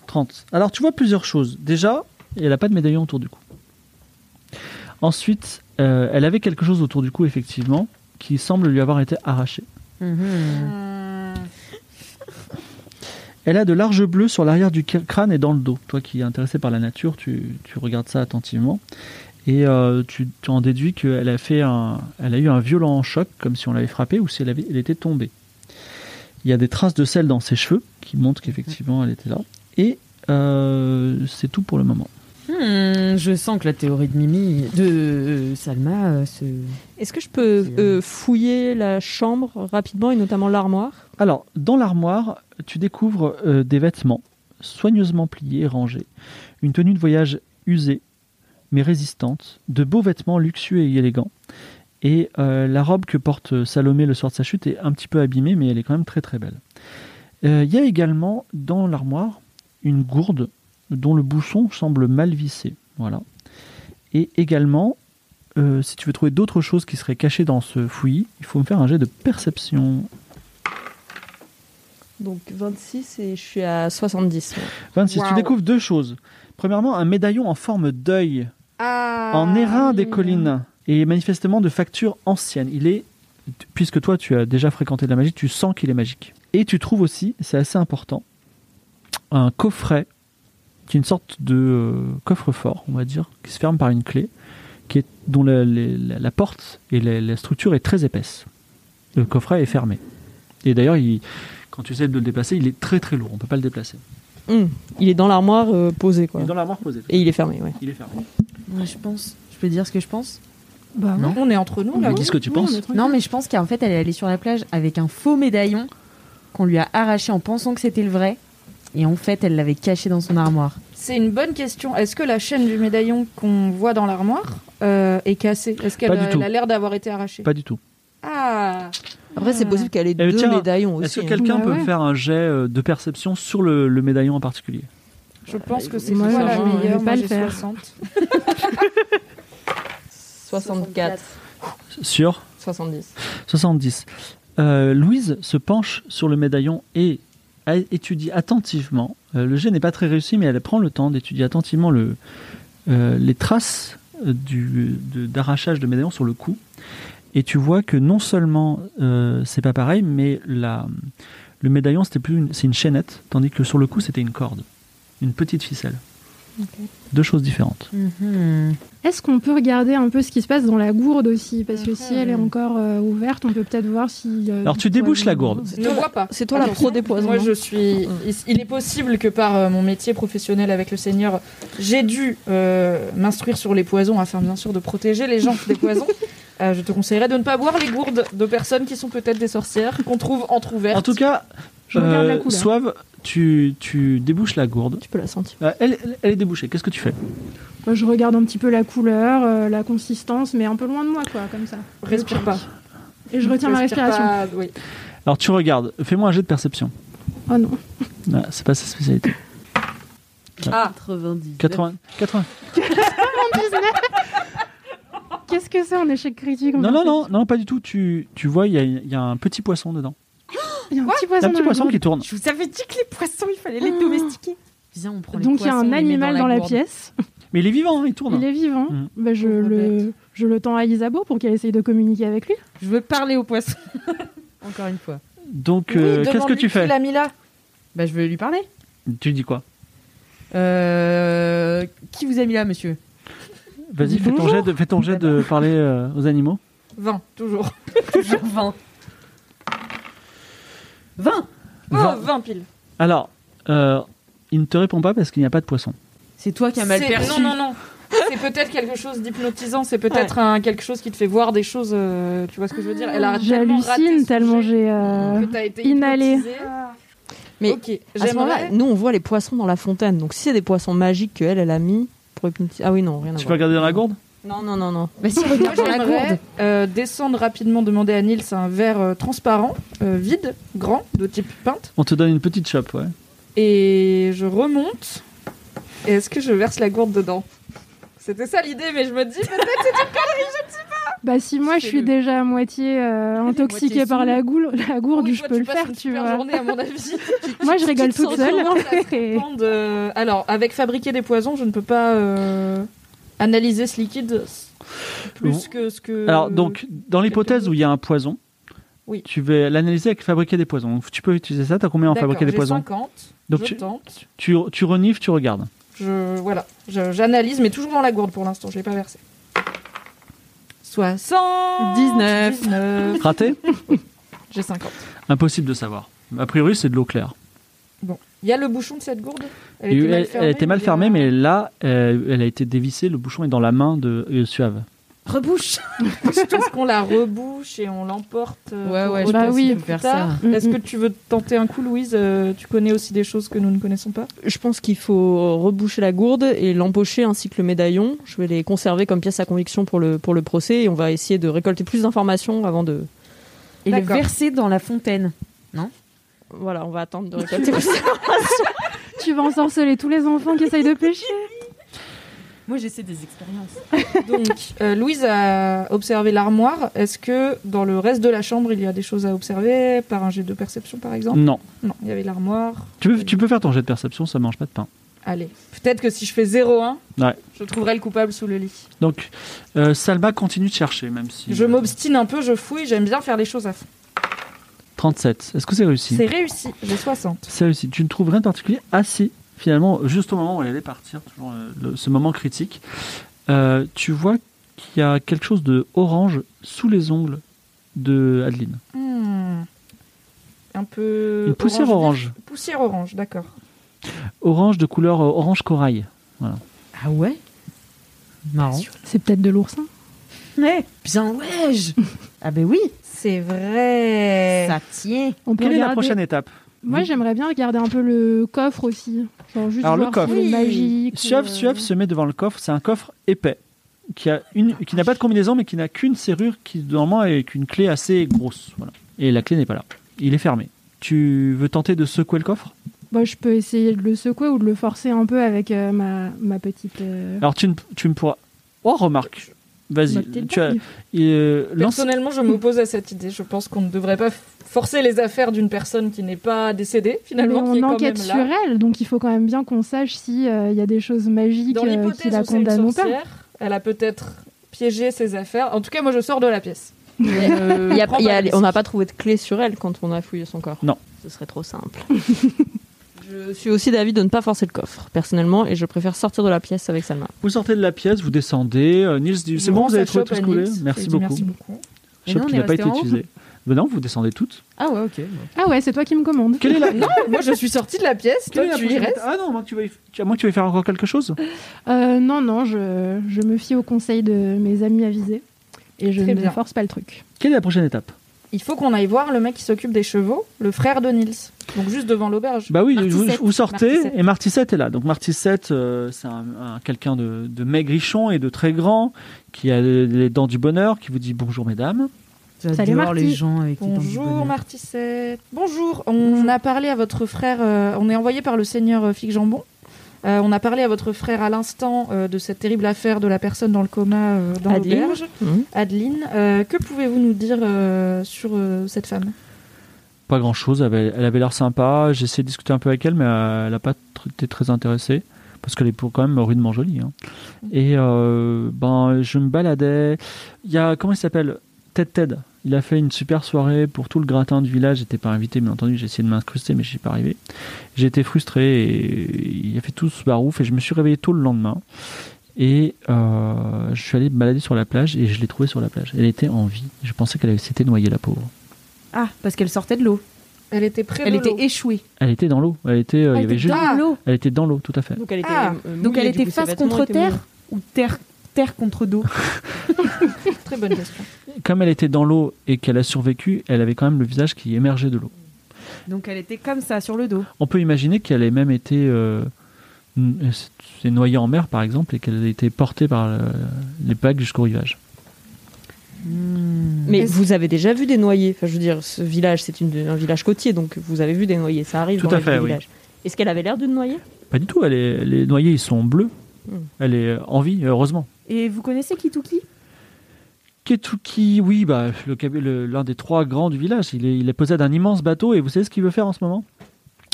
B: 30. Alors tu vois plusieurs choses. Déjà, elle n'a pas de médaillon autour du cou. Ensuite, euh, elle avait quelque chose autour du cou, effectivement, qui semble lui avoir été arraché.
E: Mhm.
B: Elle a de larges bleus sur l'arrière du cr- crâne et dans le dos. Toi qui es intéressé par la nature, tu, tu regardes ça attentivement. Et euh, tu, tu en déduis qu'elle a, fait un, elle a eu un violent choc, comme si on l'avait frappée ou si elle, avait, elle était tombée. Il y a des traces de sel dans ses cheveux qui montrent qu'effectivement elle était là. Et euh, c'est tout pour le moment.
E: Hmm, je sens que la théorie de Mimi, de euh, Salma, euh, se...
D: Est-ce que je peux
E: Qui,
D: euh, fouiller la chambre rapidement et notamment l'armoire
B: Alors, dans l'armoire, tu découvres euh, des vêtements soigneusement pliés et rangés, une tenue de voyage usée mais résistante, de beaux vêtements luxueux et élégants, et euh, la robe que porte Salomé le soir de sa chute est un petit peu abîmée, mais elle est quand même très très belle. Euh, Il y a également dans l'armoire une gourde dont le bouchon semble mal vissé, voilà. Et également, euh, si tu veux trouver d'autres choses qui seraient cachées dans ce fouillis, il faut me faire un jet de perception.
D: Donc 26 et je suis à 70. ouais.
B: 26, tu
C: Wow.
B: découvres deux choses. Premièrement, un médaillon en forme d'œil,
C: Ah,
B: en airain des
C: oui.
B: collines, et manifestement de facture ancienne. Il est, puisque toi tu as déjà fréquenté de la magie, tu sens qu'il est magique. Et tu trouves aussi, c'est assez important, un coffret, qui est une sorte de euh, coffre-fort, on va dire, qui se ferme par une clé, qui est, dont la, la- la- la porte et la, la structure est très épaisse. Le coffret est fermé. Et d'ailleurs, il- quand tu essaies de le déplacer, il est très très lourd, on ne peut pas le déplacer.
D: Hum, Il est dans l'armoire euh, posé quoi.
B: Il est dans l'armoire posée.
D: Et il est fermé, ouais.
B: Il est fermé.
E: Moi, je pense. Je peux dire ce que je pense
F: Bah,
B: Non.
C: Ah On est entre nous là.
B: Mais dis ce que tu penses.
E: Non, mais je pense qu'en fait, elle est allée sur la plage avec un faux médaillon qu'on lui a arraché en pensant que c'était le vrai. Et en fait, elle l'avait caché dans son armoire.
C: C'est une bonne question. Est-ce que la chaîne du médaillon qu'on voit dans l'armoire euh, est cassée Est-ce qu'elle
B: Pas du
C: euh,
B: tout.
C: elle a l'air d'avoir été arrachée
B: Pas du tout.
C: Ah
D: Après c'est possible qu'elle ait
B: Eh,
D: deux
B: tiens,
D: médaillons
B: Est-ce
D: aussi.
B: que
D: hein.
B: quelqu'un
F: Bah
B: peut me
F: ouais.
B: faire un jet euh, de perception sur le, le médaillon en particulier
E: Bah,
C: Je pense que c'est
F: moi,
C: toi la
F: j'avoue, je
C: meilleure. Moi,
F: vais pas le
C: j'ai
F: faire.
C: 60.
D: 64,
B: Sur
D: 70.
B: 70. Euh, Louise se penche sur le médaillon et a- étudie attentivement. Euh, le jet n'est pas très réussi, mais elle prend le temps d'étudier attentivement le, euh, les traces euh, du- de- d'arrachage de, médaillon sur le cou. Et tu vois que non seulement euh, c'est pas pareil, mais la, le médaillon c'était plus une, c'est une chaînette, tandis que sur le cou c'était une corde, une petite ficelle. Deux choses différentes.
C: Mm-hmm.
F: Est-ce qu'on peut regarder un peu ce qui se passe dans la gourde aussi Parce que si elle est encore euh, ouverte, on peut peut-être voir si. euh,
B: Alors, tu
F: il
B: débouches
F: doit-
B: la gourde.
C: Ne vois pas.
D: C'est toi la pro des poisons.
C: Moi,
D: hein.
C: je suis.
D: Mm.
C: il- Il est possible que par euh, mon métier professionnel avec le Seigneur, j'ai dû euh, m'instruire sur les poisons afin, bien sûr, de protéger les gens des poisons. Euh, je te conseillerais de ne pas boire les gourdes de personnes qui sont peut-être des sorcières qu'on trouve entrouvertes.
B: En tout cas, euh,
F: Je regarde la couleur.
B: Soave, tu, tu débouches la gourde.
D: Tu peux la sentir.
B: Euh, elle, elle- elle est débouchée. Qu'est-ce que tu fais
F: Moi, je regarde un petit peu la couleur, euh, la consistance, mais un peu loin de moi, quoi, comme ça.
C: respire pas.
F: Et je retiens ma
C: Respire
F: respiration.
C: pas, oui.
B: Alors tu regardes. Fais-moi un jet de perception.
F: Oh non.
B: Ah, c'est pas sa spécialité. Euh,
C: Ah.
E: 90.
B: 80. 80.
F: Qu'est-ce que ça, un échec critique. on
B: Non,
F: en
B: non,
F: fait.
B: non, non, pas du tout. Tu, tu vois, il y, a- il y a un petit poisson dedans.
F: Il y a un petit
B: Il y a
F: poisson.
B: un petit
F: dans la
B: poisson qui tourne.
C: Je vous avais dit que les poissons, il fallait les domestiquer.
E: Viens, on prend
F: gourde.
E: les
F: Donc il y a
E: poissons, on
F: un
E: les met
F: animal dans, la
E: gourde.
F: pièce.
B: Mais il est vivant, hein, il tourne.
F: Il est vivant.
B: Mm.
F: Bah, je,
C: Pauvre
F: le, je le tends à Isabeau pour qu'elle essaye de communiquer avec lui.
E: Je veux parler au poisson. Encore une fois.
B: Donc, euh, qu'est-ce que tu fais
C: l'a mis là.
E: Bah, je veux lui parler.
B: Tu dis quoi
E: Euh, qui vous a mis là, monsieur
B: Vas-y, fais ton jet de, fais ton jet de parler euh, aux animaux.
C: 20, toujours.
E: 20. 20
C: Oh, 20 pile.
B: Alors, euh, il ne te répond pas parce qu'il n'y a pas de poisson.
E: C'est toi qui as mal
C: C'est-
E: perçu.
C: Non, non, non. C'est peut-être quelque chose d'hypnotisant, c'est peut-être un- quelque chose qui te fait voir des choses. euh, tu vois ce que je veux dire Elle a tellement raté
F: J'hallucine
C: ce
F: tellement
C: sujet
F: j'ai. euh,
C: que t'as été
F: inhalé.
C: hypnotisée.
E: Ah.
D: Mais
C: ok,
D: À ce
C: <laughs> j'aimerais.
D: moment-là, nous, on voit les poissons dans la fontaine. Donc, si c'est des poissons magiques qu'elle, elle a mis pour hypnotiser- Ah oui, non, rien à
B: Tu peux
D: voir.
B: regarder dans la gourde
D: Non, non, non, non.
E: Vas-y,
C: Moi,
E: regarde dans la gourde.
C: j'aimerais euh, descendre rapidement, demander à Nils un verre euh, transparent, euh, vide, grand, de type pinte.
B: On te donne une petite chope, ouais.
C: Et je remonte. Et est-ce que je verse la gourde dedans C'était ça l'idée, mais je me dis peut-être
F: Bah si moi je
C: Fais-le.
F: suis déjà à moitié euh,
C: Allez,
F: intoxiquée
C: moitié
F: par la, goule, <laughs> la gourde,
C: oui,
F: je
C: toi,
F: peux
C: tu
F: le
C: passes
F: faire,
C: une
F: tu
C: super
F: vois.
C: journée à mon
F: <laughs>
C: avis.
F: Moi je rigole
C: te sens
F: toute seule. <laughs>
C: sûrement, ça
F: Et-
C: dépend de- Alors, avec fabriquer des poisons, je ne peux pas euh, analyser ce liquide plus
B: Bon.
C: que ce que.
B: Alors, donc, dans l'hypothèse où il y a un poison,
C: Oui.
B: tu vas l'analyser avec fabriquer des poisons. Donc, tu peux utiliser ça. T'as combien en
C: D'accord,
B: fabriquer des
C: j'ai
B: poisons
C: 50,
B: Donc
C: je
B: tu-
C: tente.
B: tu, tu renifles, tu regardes.
C: Je, voilà, Je- j'analyse, mais toujours dans la gourde pour l'instant, je l'ai pas versé. 60
E: 19.
C: 19,
B: Raté
C: J'ai 50.
B: Impossible de savoir. A priori, c'est de l'eau claire.
C: Bon, il y a le bouchon de cette gourde
B: Elle, elle était mal
C: il est-
B: fermée, mais là, euh, elle a été dévissée. Le bouchon est dans la main de euh, Suave.
E: Rebouche
C: Est-ce qu'on la rebouche et on l'emporte euh,
E: Ouais,
C: pour
E: ouais, je
C: autre
F: Bah
E: pense
F: oui.
E: qu'il
C: chose
E: faut
C: plus
E: faire ça. Mm,
C: tard Est-ce que tu veux tenter un coup, Louise Euh, Tu connais aussi des choses que nous ne connaissons pas
D: Je pense qu'il faut reboucher la gourde et l'empocher ainsi que le médaillon. Je vais les conserver comme pièces à conviction pour le, pour le procès et on va essayer de récolter plus d'informations avant de.
E: Et le
C: D'accord.
E: verser dans la fontaine.
D: Voilà, on va attendre de récolter <laughs> plus
F: Tu vas ensorceler tous les enfants qui essayent de pêcher.
E: Moi, j'essaie des expériences.
C: Donc, euh, Louise a observé l'armoire. Est-ce que dans le reste de la chambre, il y a des choses à observer Par un jet de perception, par exemple
B: Non. Euh,
C: Non, il y avait l'armoire.
B: Tu peux, tu peux faire ton jet de perception, ça mange pas de pain.
C: Allez, peut-être que si je fais 0-1,
B: Ouais.
C: je trouverai le coupable sous le lit.
B: Donc, euh, Salma continue de chercher, même si. euh,
C: Je m'obstine un peu, je fouille, j'aime bien faire les choses à fond.
B: 37. Est-ce que c'est réussi
C: C'est réussi, j'ai 60.
B: C'est réussi. Tu ne trouves rien de particulier Ah si, finalement, juste au moment où elle allait partir, toujours euh, le- ce moment critique, euh, tu vois qu'il y a quelque chose de orange sous les ongles de Adeline.
C: Hmm. Un peu.
B: Une poussière orange.
C: Poussière orange, d'accord.
B: Orange de couleur euh, orange corail.
E: Ah ouais Marrant.
F: C'est peut-être de l'oursin.
E: Ouais. Bien, ouais <laughs> je- Ah ben oui
C: C'est vrai.
E: Ça tient
F: On peut
B: Quelle est la
F: regarder.
B: prochaine étape
F: Moi j'aimerais bien regarder un peu le coffre aussi. Genre juste
B: Alors, le
F: voir s'il
B: coffre.
F: est magique. ou,
B: Suave,
F: euh,
B: Suave se met devant le coffre. C'est un coffre épais qui a une, qui n'a pas de combinaison, mais qui n'a qu'une serrure qui normalement est qu'une clé assez grosse. Voilà. Et la clé n'est pas là. Il est fermé. Tu veux tenter de secouer le coffre
F: bah, je peux essayer de le secouer ou de le forcer un peu avec euh, ma, ma petite. euh,
B: Alors tu ne, tu ne pourras. Oh remarque.
F: ma
B: Vas-y.
F: petite
B: Ah, Tu as.
F: bague.
B: euh, lance-
C: Personnellement, je m'oppose à cette idée. Je pense qu'on ne devrait pas forcer les affaires d'une personne qui n'est pas décédée,
F: Mais
C: finalement, qui est
F: on
C: quand
F: enquête
C: même
F: sur
C: là.
F: elle, donc il faut quand même bien qu'on sache s'il y a des choses magiques
C: Dans
F: euh,
C: l'hypothèse
F: qui
C: où
F: la
C: c'est une
F: condamnent ou pas.
C: sorcière, elle a peut-être piégé ses affaires. En tout cas, moi, je sors de la pièce. Euh,
D: Il y a-
C: prends
D: il y a-
C: pas de
D: on n'a pas trouvé de clé sur elle quand on a fouillé son corps.
B: Non.
D: Ce serait trop simple. <laughs> je suis aussi d'avis de ne pas forcer le coffre, personnellement, et je préfère sortir de la pièce avec Salma.
B: Vous sortez de la pièce, vous descendez. euh, Nils dit c'est bon, vous avez trouvé tout ce que vous voulez. Merci beaucoup.
C: Merci beaucoup.
E: Mais
B: Choc
E: non, on
B: qui
E: est
B: n'a pas été
E: resté en haut.
B: utilisé. Ben non, vous descendez toutes.
E: Ah ouais, ok.
F: Ah ouais, c'est toi qui me commandes.
B: Quelle est la
C: Non, moi, je suis sortie de la pièce. Toi,
B: Quelle est la
C: tu y
B: prochaine
C: restes.
B: étape Ah non, moi tu vas y- tu- à moins que tu vas faire encore quelque chose.
F: Euh, non, non, je, je me fie au conseil de mes amis avisés et je
C: Très
F: ne
C: bien.
F: force pas le truc.
B: Quelle est la prochaine étape
C: Il faut qu'on aille voir le mec qui s'occupe des chevaux, le frère de Nils. Donc, juste devant l'auberge.
B: Bah oui,
C: Marty
B: vous,
C: Sept.
B: vous sortez
C: Marty Sept.
B: et Marty 7 est là. Donc Marty 7, c'est un, un- quelqu'un de, de maigrichon et de très grand, qui a les, les dents du bonheur, qui vous dit bonjour mesdames.
F: Salut,
E: J'adore les
F: Marty.
E: gens avec les dents du
C: Bonjour
E: bonheur.
C: Martissette. Bonjour. On a parlé à votre frère. euh, on est envoyé par le seigneur euh, Fig Jambon Euh, on a parlé à votre frère à l'instant euh, de cette terrible affaire de la personne dans le coma euh, dans
D: Adeline.
C: l'auberge.
D: Mhm.
C: Adeline, euh, que pouvez-vous nous dire euh, sur euh, cette femme
B: Pas grand chose, elle avait, elle avait l'air sympa. J'ai essayé de discuter un peu avec elle, mais euh, elle n'a pas tr- été très intéressée. Parce qu'elle est pour- quand même rudement jolie. hein. Et euh, ben, je me baladais. Il y a, comment il s'appelle Ted Ted. Il a fait une super soirée pour tout le gratin du village. J'étais pas invité, bien entendu. J'ai essayé de m'incruster, mais je suis pas arrivé. J'ai été frustré et il a fait tout ce barouf. Et je me suis réveillé tôt le lendemain. Et euh, je suis allé me balader sur la plage et je l'ai trouvée sur la plage. Elle était en vie. Je pensais qu'elle avait- s'était noyée, la pauvre.
E: Ah, parce qu'elle sortait de l'eau.
C: Elle était près
E: Elle
C: de
E: était
C: l'eau.
E: échouée.
B: Elle était dans l'eau. Elle était, euh, il y
E: Elle
B: avait
E: était
B: juste-
E: dans l'eau.
B: elle était dans l'eau, tout à fait.
D: Donc elle était,
C: Ah,
D: euh,
E: Donc elle
D: mouillée, du
E: était
D: coup, ses
E: face
D: vêtements
E: contre
D: étaient
E: terre
D: mouillés.
E: ou terre terre contre dos.
C: Très bonne
D: <laughs>
C: question.
B: Comme elle était dans l'eau et qu'elle a survécu, elle avait quand même le visage qui émergeait de l'eau.
E: Donc elle était comme ça sur le dos.
B: On peut imaginer qu'elle ait même été euh, n- euh, s'est noyée en mer, par exemple, et qu'elle a été portée par euh, les vagues jusqu'au rivage.
D: Mais
C: Est-ce-
D: vous avez déjà vu des noyés. Enfin, je veux dire, ce village, c'est une- un village côtier, donc vous avez vu des noyés. Ça arrive
B: Tout
D: dans
B: à
D: les
B: fait,
D: villages.
B: oui.
D: Est-ce qu'elle avait l'air d'une noyée
B: Pas du tout. Elle est- les noyés, ils sont bleus.
E: Hmm.
D: Mm.
B: Elle est euh, en vie, heureusement.
E: Et vous connaissez Kituki
B: Ketuki, oui, bah, le cab- le- l'un des trois grands du village, il est, il est posé d'un immense bateau et vous savez ce qu'il veut faire en ce moment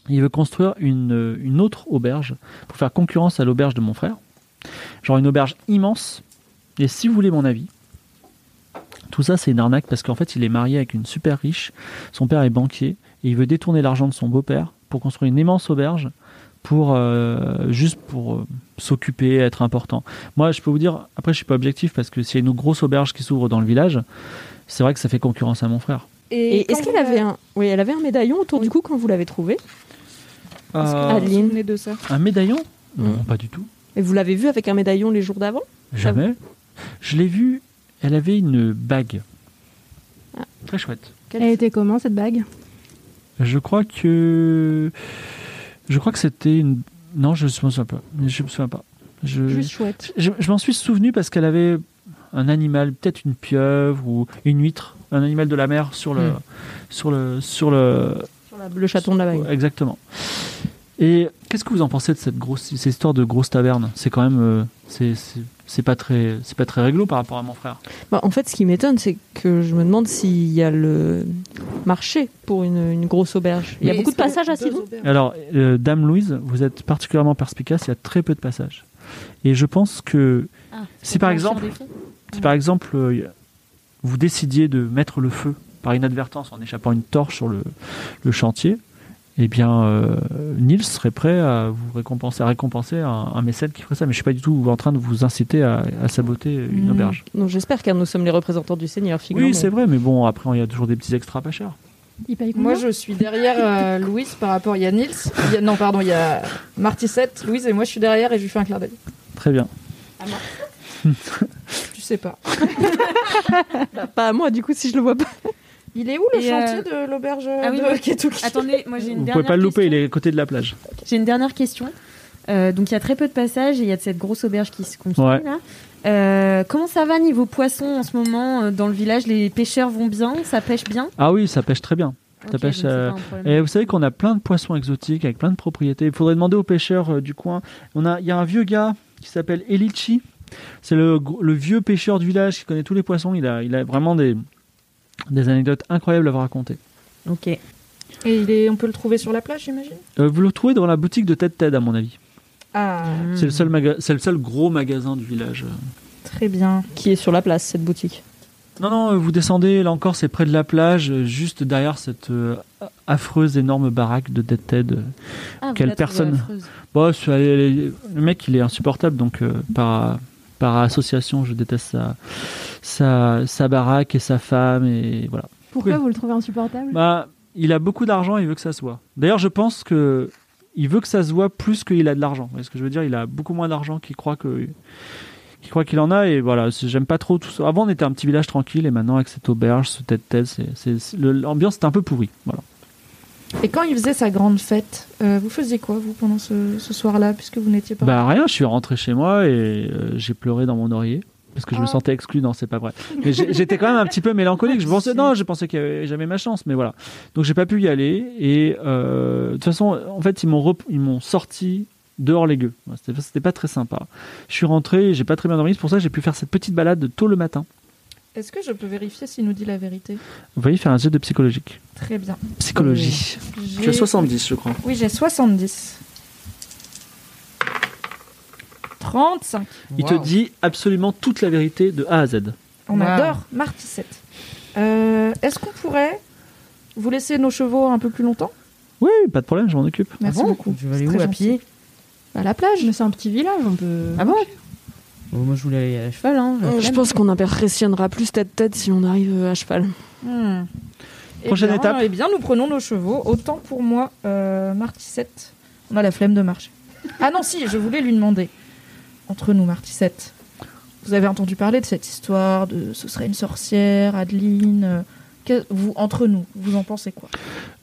B: Il veut construire une, euh, une autre auberge pour faire concurrence à l'auberge de mon frère. Genre une auberge immense. Et si vous voulez mon avis, tout ça c'est une arnaque parce qu'en fait il est marié avec une super riche, son père est banquier et il veut détourner l'argent de son beau-père pour construire une immense auberge pour euh, juste pour euh, s'occuper, être important. Moi, je peux vous dire, après, je suis pas objectif parce que s'il y a une grosse auberge qui s'ouvre dans le village, c'est vrai que ça fait concurrence à mon frère.
D: Et,
C: quand
D: est-ce qu'elle
C: vous
D: avait un, oui, elle avait un médaillon autour du cou quand vous l'avez trouvé Ah,
B: Euh,
C: Vous vous souvenez de ça
B: un médaillon
D: Mm.
B: Non, pas du tout.
D: Et vous l'avez vu avec un médaillon les jours d'avant
B: Jamais. Je l'ai vue, elle avait une bague. Très chouette.
F: Elle était comment cette bague
B: Je crois que. Je crois que c'était une. Non, je me souviens pas. Je me souviens pas. Je...
D: Juste chouette.
B: Je, je m'en suis souvenu parce qu'elle avait un animal, peut-être une pieuvre ou une huître, un animal de la mer sur le,
D: Mm.
B: sur le, sur le,
D: Le chaton de la bague.
B: Ouais, Exactement. Et qu'est-ce que vous en pensez de cette grosse cette histoire de grosse taverne C'est quand même euh, c'est c'est- c'est pas très c'est pas très réglo par rapport à mon frère.
D: Bah, en fait, ce qui m'étonne, c'est que je me demande s'il y a le marché pour une, une grosse auberge. Il y a
C: Mais
D: beaucoup de
C: est-ce que-
D: passages à
C: Deux
D: Sidon
C: auberges.
B: Alors euh, Dame Louise, vous êtes particulièrement perspicace. Il y a très peu de passages. Et je pense que si par exemple si par exemple euh, vous décidiez de mettre le feu par inadvertance en échappant une torche sur le, le chantier, eh bien euh, Nils serait prêt à vous récompenser à récompenser un, un mécène qui ferait ça. Mais je suis pas du tout en train de vous inciter à, à saboter une
E: Mmh,
D: Hmm.
B: auberge.
D: Donc j'espère car nous sommes les représentants du Seigneur. figurons.
B: Oui, c'est vrai, mais bon, après, il y a toujours des petits extras pas chers.
F: Il paye combien
C: Moi, je suis derrière euh, Louise par rapport. Il y a Nils. il y a- non, pardon, il y a Martissette, Louise et moi, je suis derrière et je lui fais un clin d'œil.
B: Très bien.
C: Tu sais pas.
D: Bah, Pas à moi, du coup, si je le vois pas.
C: Il est où le
E: Et,
C: chantier
E: euh,
C: de l'auberge
E: ah oui,
C: de
E: oui.
C: Ketuki
E: Attendez, moi j'ai une
B: Vous
E: dernière
B: pouvez pas le louper, il
E: question.
B: est à côté de la plage.
E: J'ai une dernière question. Euh, donc il y a très peu de passages et il y a de cette grosse auberge qui se construit
B: Ouais.
E: là. Euh, comment ça va niveau poisson en ce moment euh, dans le village Les pêcheurs vont bien Ça pêche bien
B: Ah oui, ça pêche très bien.
E: Ok,
B: pêche,
E: donc c'est
B: euh,
E: pas un problème.
B: Et vous savez qu'on a plein de poissons exotiques avec plein de propriétés. Il faudrait demander aux pêcheurs euh, du coin. On a, il y a un vieux gars qui s'appelle Elichi. C'est le, gr- le vieux pêcheur du village qui connaît tous les poissons. Il a, il a vraiment des, des anecdotes incroyables à vous raconter.
E: Ok.
C: Et il est, on peut le trouver sur la plage, j'imagine.
B: Euh, vous le trouvez dans la boutique de Ted Ted, à mon avis.
C: Ah,
B: C'est, le seul maga- c'est le seul gros magasin du village. euh,
C: très bien.
D: Qui est sur la place, cette boutique
B: Non, non, euh, vous descendez, là encore, c'est près de la plage, euh, juste derrière cette euh, affreuse énorme baraque de Dead Ted. euh,
E: Ah, vous
B: quelle
E: la trouvez
B: personne Bah,
E: affreuse.
B: Bon, je suis allé- le mec, il est insupportable, donc euh, par, par association, je déteste sa, sa, sa baraque et sa femme, et voilà.
F: Pourquoi
B: Oui.
F: vous le trouvez insupportable
B: Bah, il a beaucoup d'argent, il veut que ça se voit. D'ailleurs, je pense que il veut que ça se voit plus qu'il a de l'argent. Vous voyez ce que je veux dire Il a beaucoup moins d'argent qu'il croit que qu'il croit qu'il en a et voilà, c'est- j'aime pas trop tout ça. Avant, on était un petit village tranquille et maintenant avec cette auberge, ce tête-tête, c'est- c'est- c'est- le- l'ambiance est un peu pourrie. Voilà.
C: Et quand il faisait sa grande fête, euh, vous faisiez quoi, vous, pendant ce, ce soir-là, puisque vous n'étiez pas.
B: Bah rien, je suis rentré chez moi et euh, j'ai pleuré dans mon oreiller parce que je me
C: Ah.
B: sentais exclu. Non, c'est pas vrai. Mais j'ai- j'étais quand même un petit peu mélancolique. Je pensais
E: Si.
B: non, je pensais qu'il y avait jamais ma chance, mais voilà. Donc j'ai pas pu y aller et euh, de toute façon, en fait, ils m'ont rep- ils m'ont sorti dehors les gueux. Voilà, C'était c'était pas très sympa. Je suis rentré, j'ai pas très bien dormi, c'est pour ça que j'ai pu faire cette petite balade tôt le matin.
C: Est-ce que je peux vérifier s'il nous dit la vérité
B: Vous voyez, faire un jet de psychologique.
C: Très bien.
B: Psychologie.
G: Tu as 70, je crois.
C: Oui, j'ai 70. 35.
B: Il te dit absolument toute la vérité de A à Z.
C: On
H: Wow.
C: adore Martissette. Euh, Est-ce qu'on pourrait vous laisser nos chevaux un peu plus longtemps
B: Oui, pas de problème, je m'en occupe. Ah
C: Merci beaucoup.
E: Ah Je vais aller
C: C'est
E: où
C: très
E: à pied
C: À la plage
F: Mais c'est un petit village, on peut.
C: Ah bon
E: Bon, Oh, Moi, je voulais aller à cheval. Hein,
C: Oh,
E: j'avais
D: Euh, Je
E: la
D: pense qu'on impressionnera plus tête-tête si on arrive euh, à cheval.
C: Hmm. Eh
B: Prochaine
C: bien,
B: étape.
C: Eh bien, nous prenons nos chevaux. Autant pour moi, euh, Martissette. On a la flemme de marcher. Ah non, si, je voulais lui demander. Entre nous, Martissette, vous avez entendu parler de cette histoire de ce serait une sorcière, Adeline. euh, que- vous, entre nous, vous en pensez quoi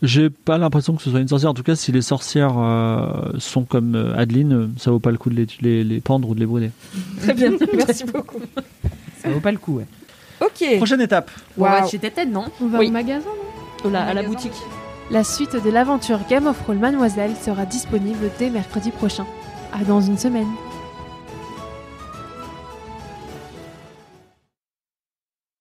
B: J'ai pas l'impression que ce soit une sorcière. En tout cas, si les sorcières euh, sont comme euh, Adeline, euh, ça vaut pas le coup de les, les- les pendre ou de les brûler.
C: Très bien, <laughs> merci beaucoup.
E: tête, Ça vaut pas le coup. Ouais.
C: Ok.
B: Prochaine étape.
C: Waouh.
H: Chez tes têtes, non
B: Bah,
F: On va
C: Oui.
F: au magasin
D: à la boutique.
A: La suite de l'aventure Game of Roll Mademoiselle sera disponible dès mercredi prochain. À dans une semaine.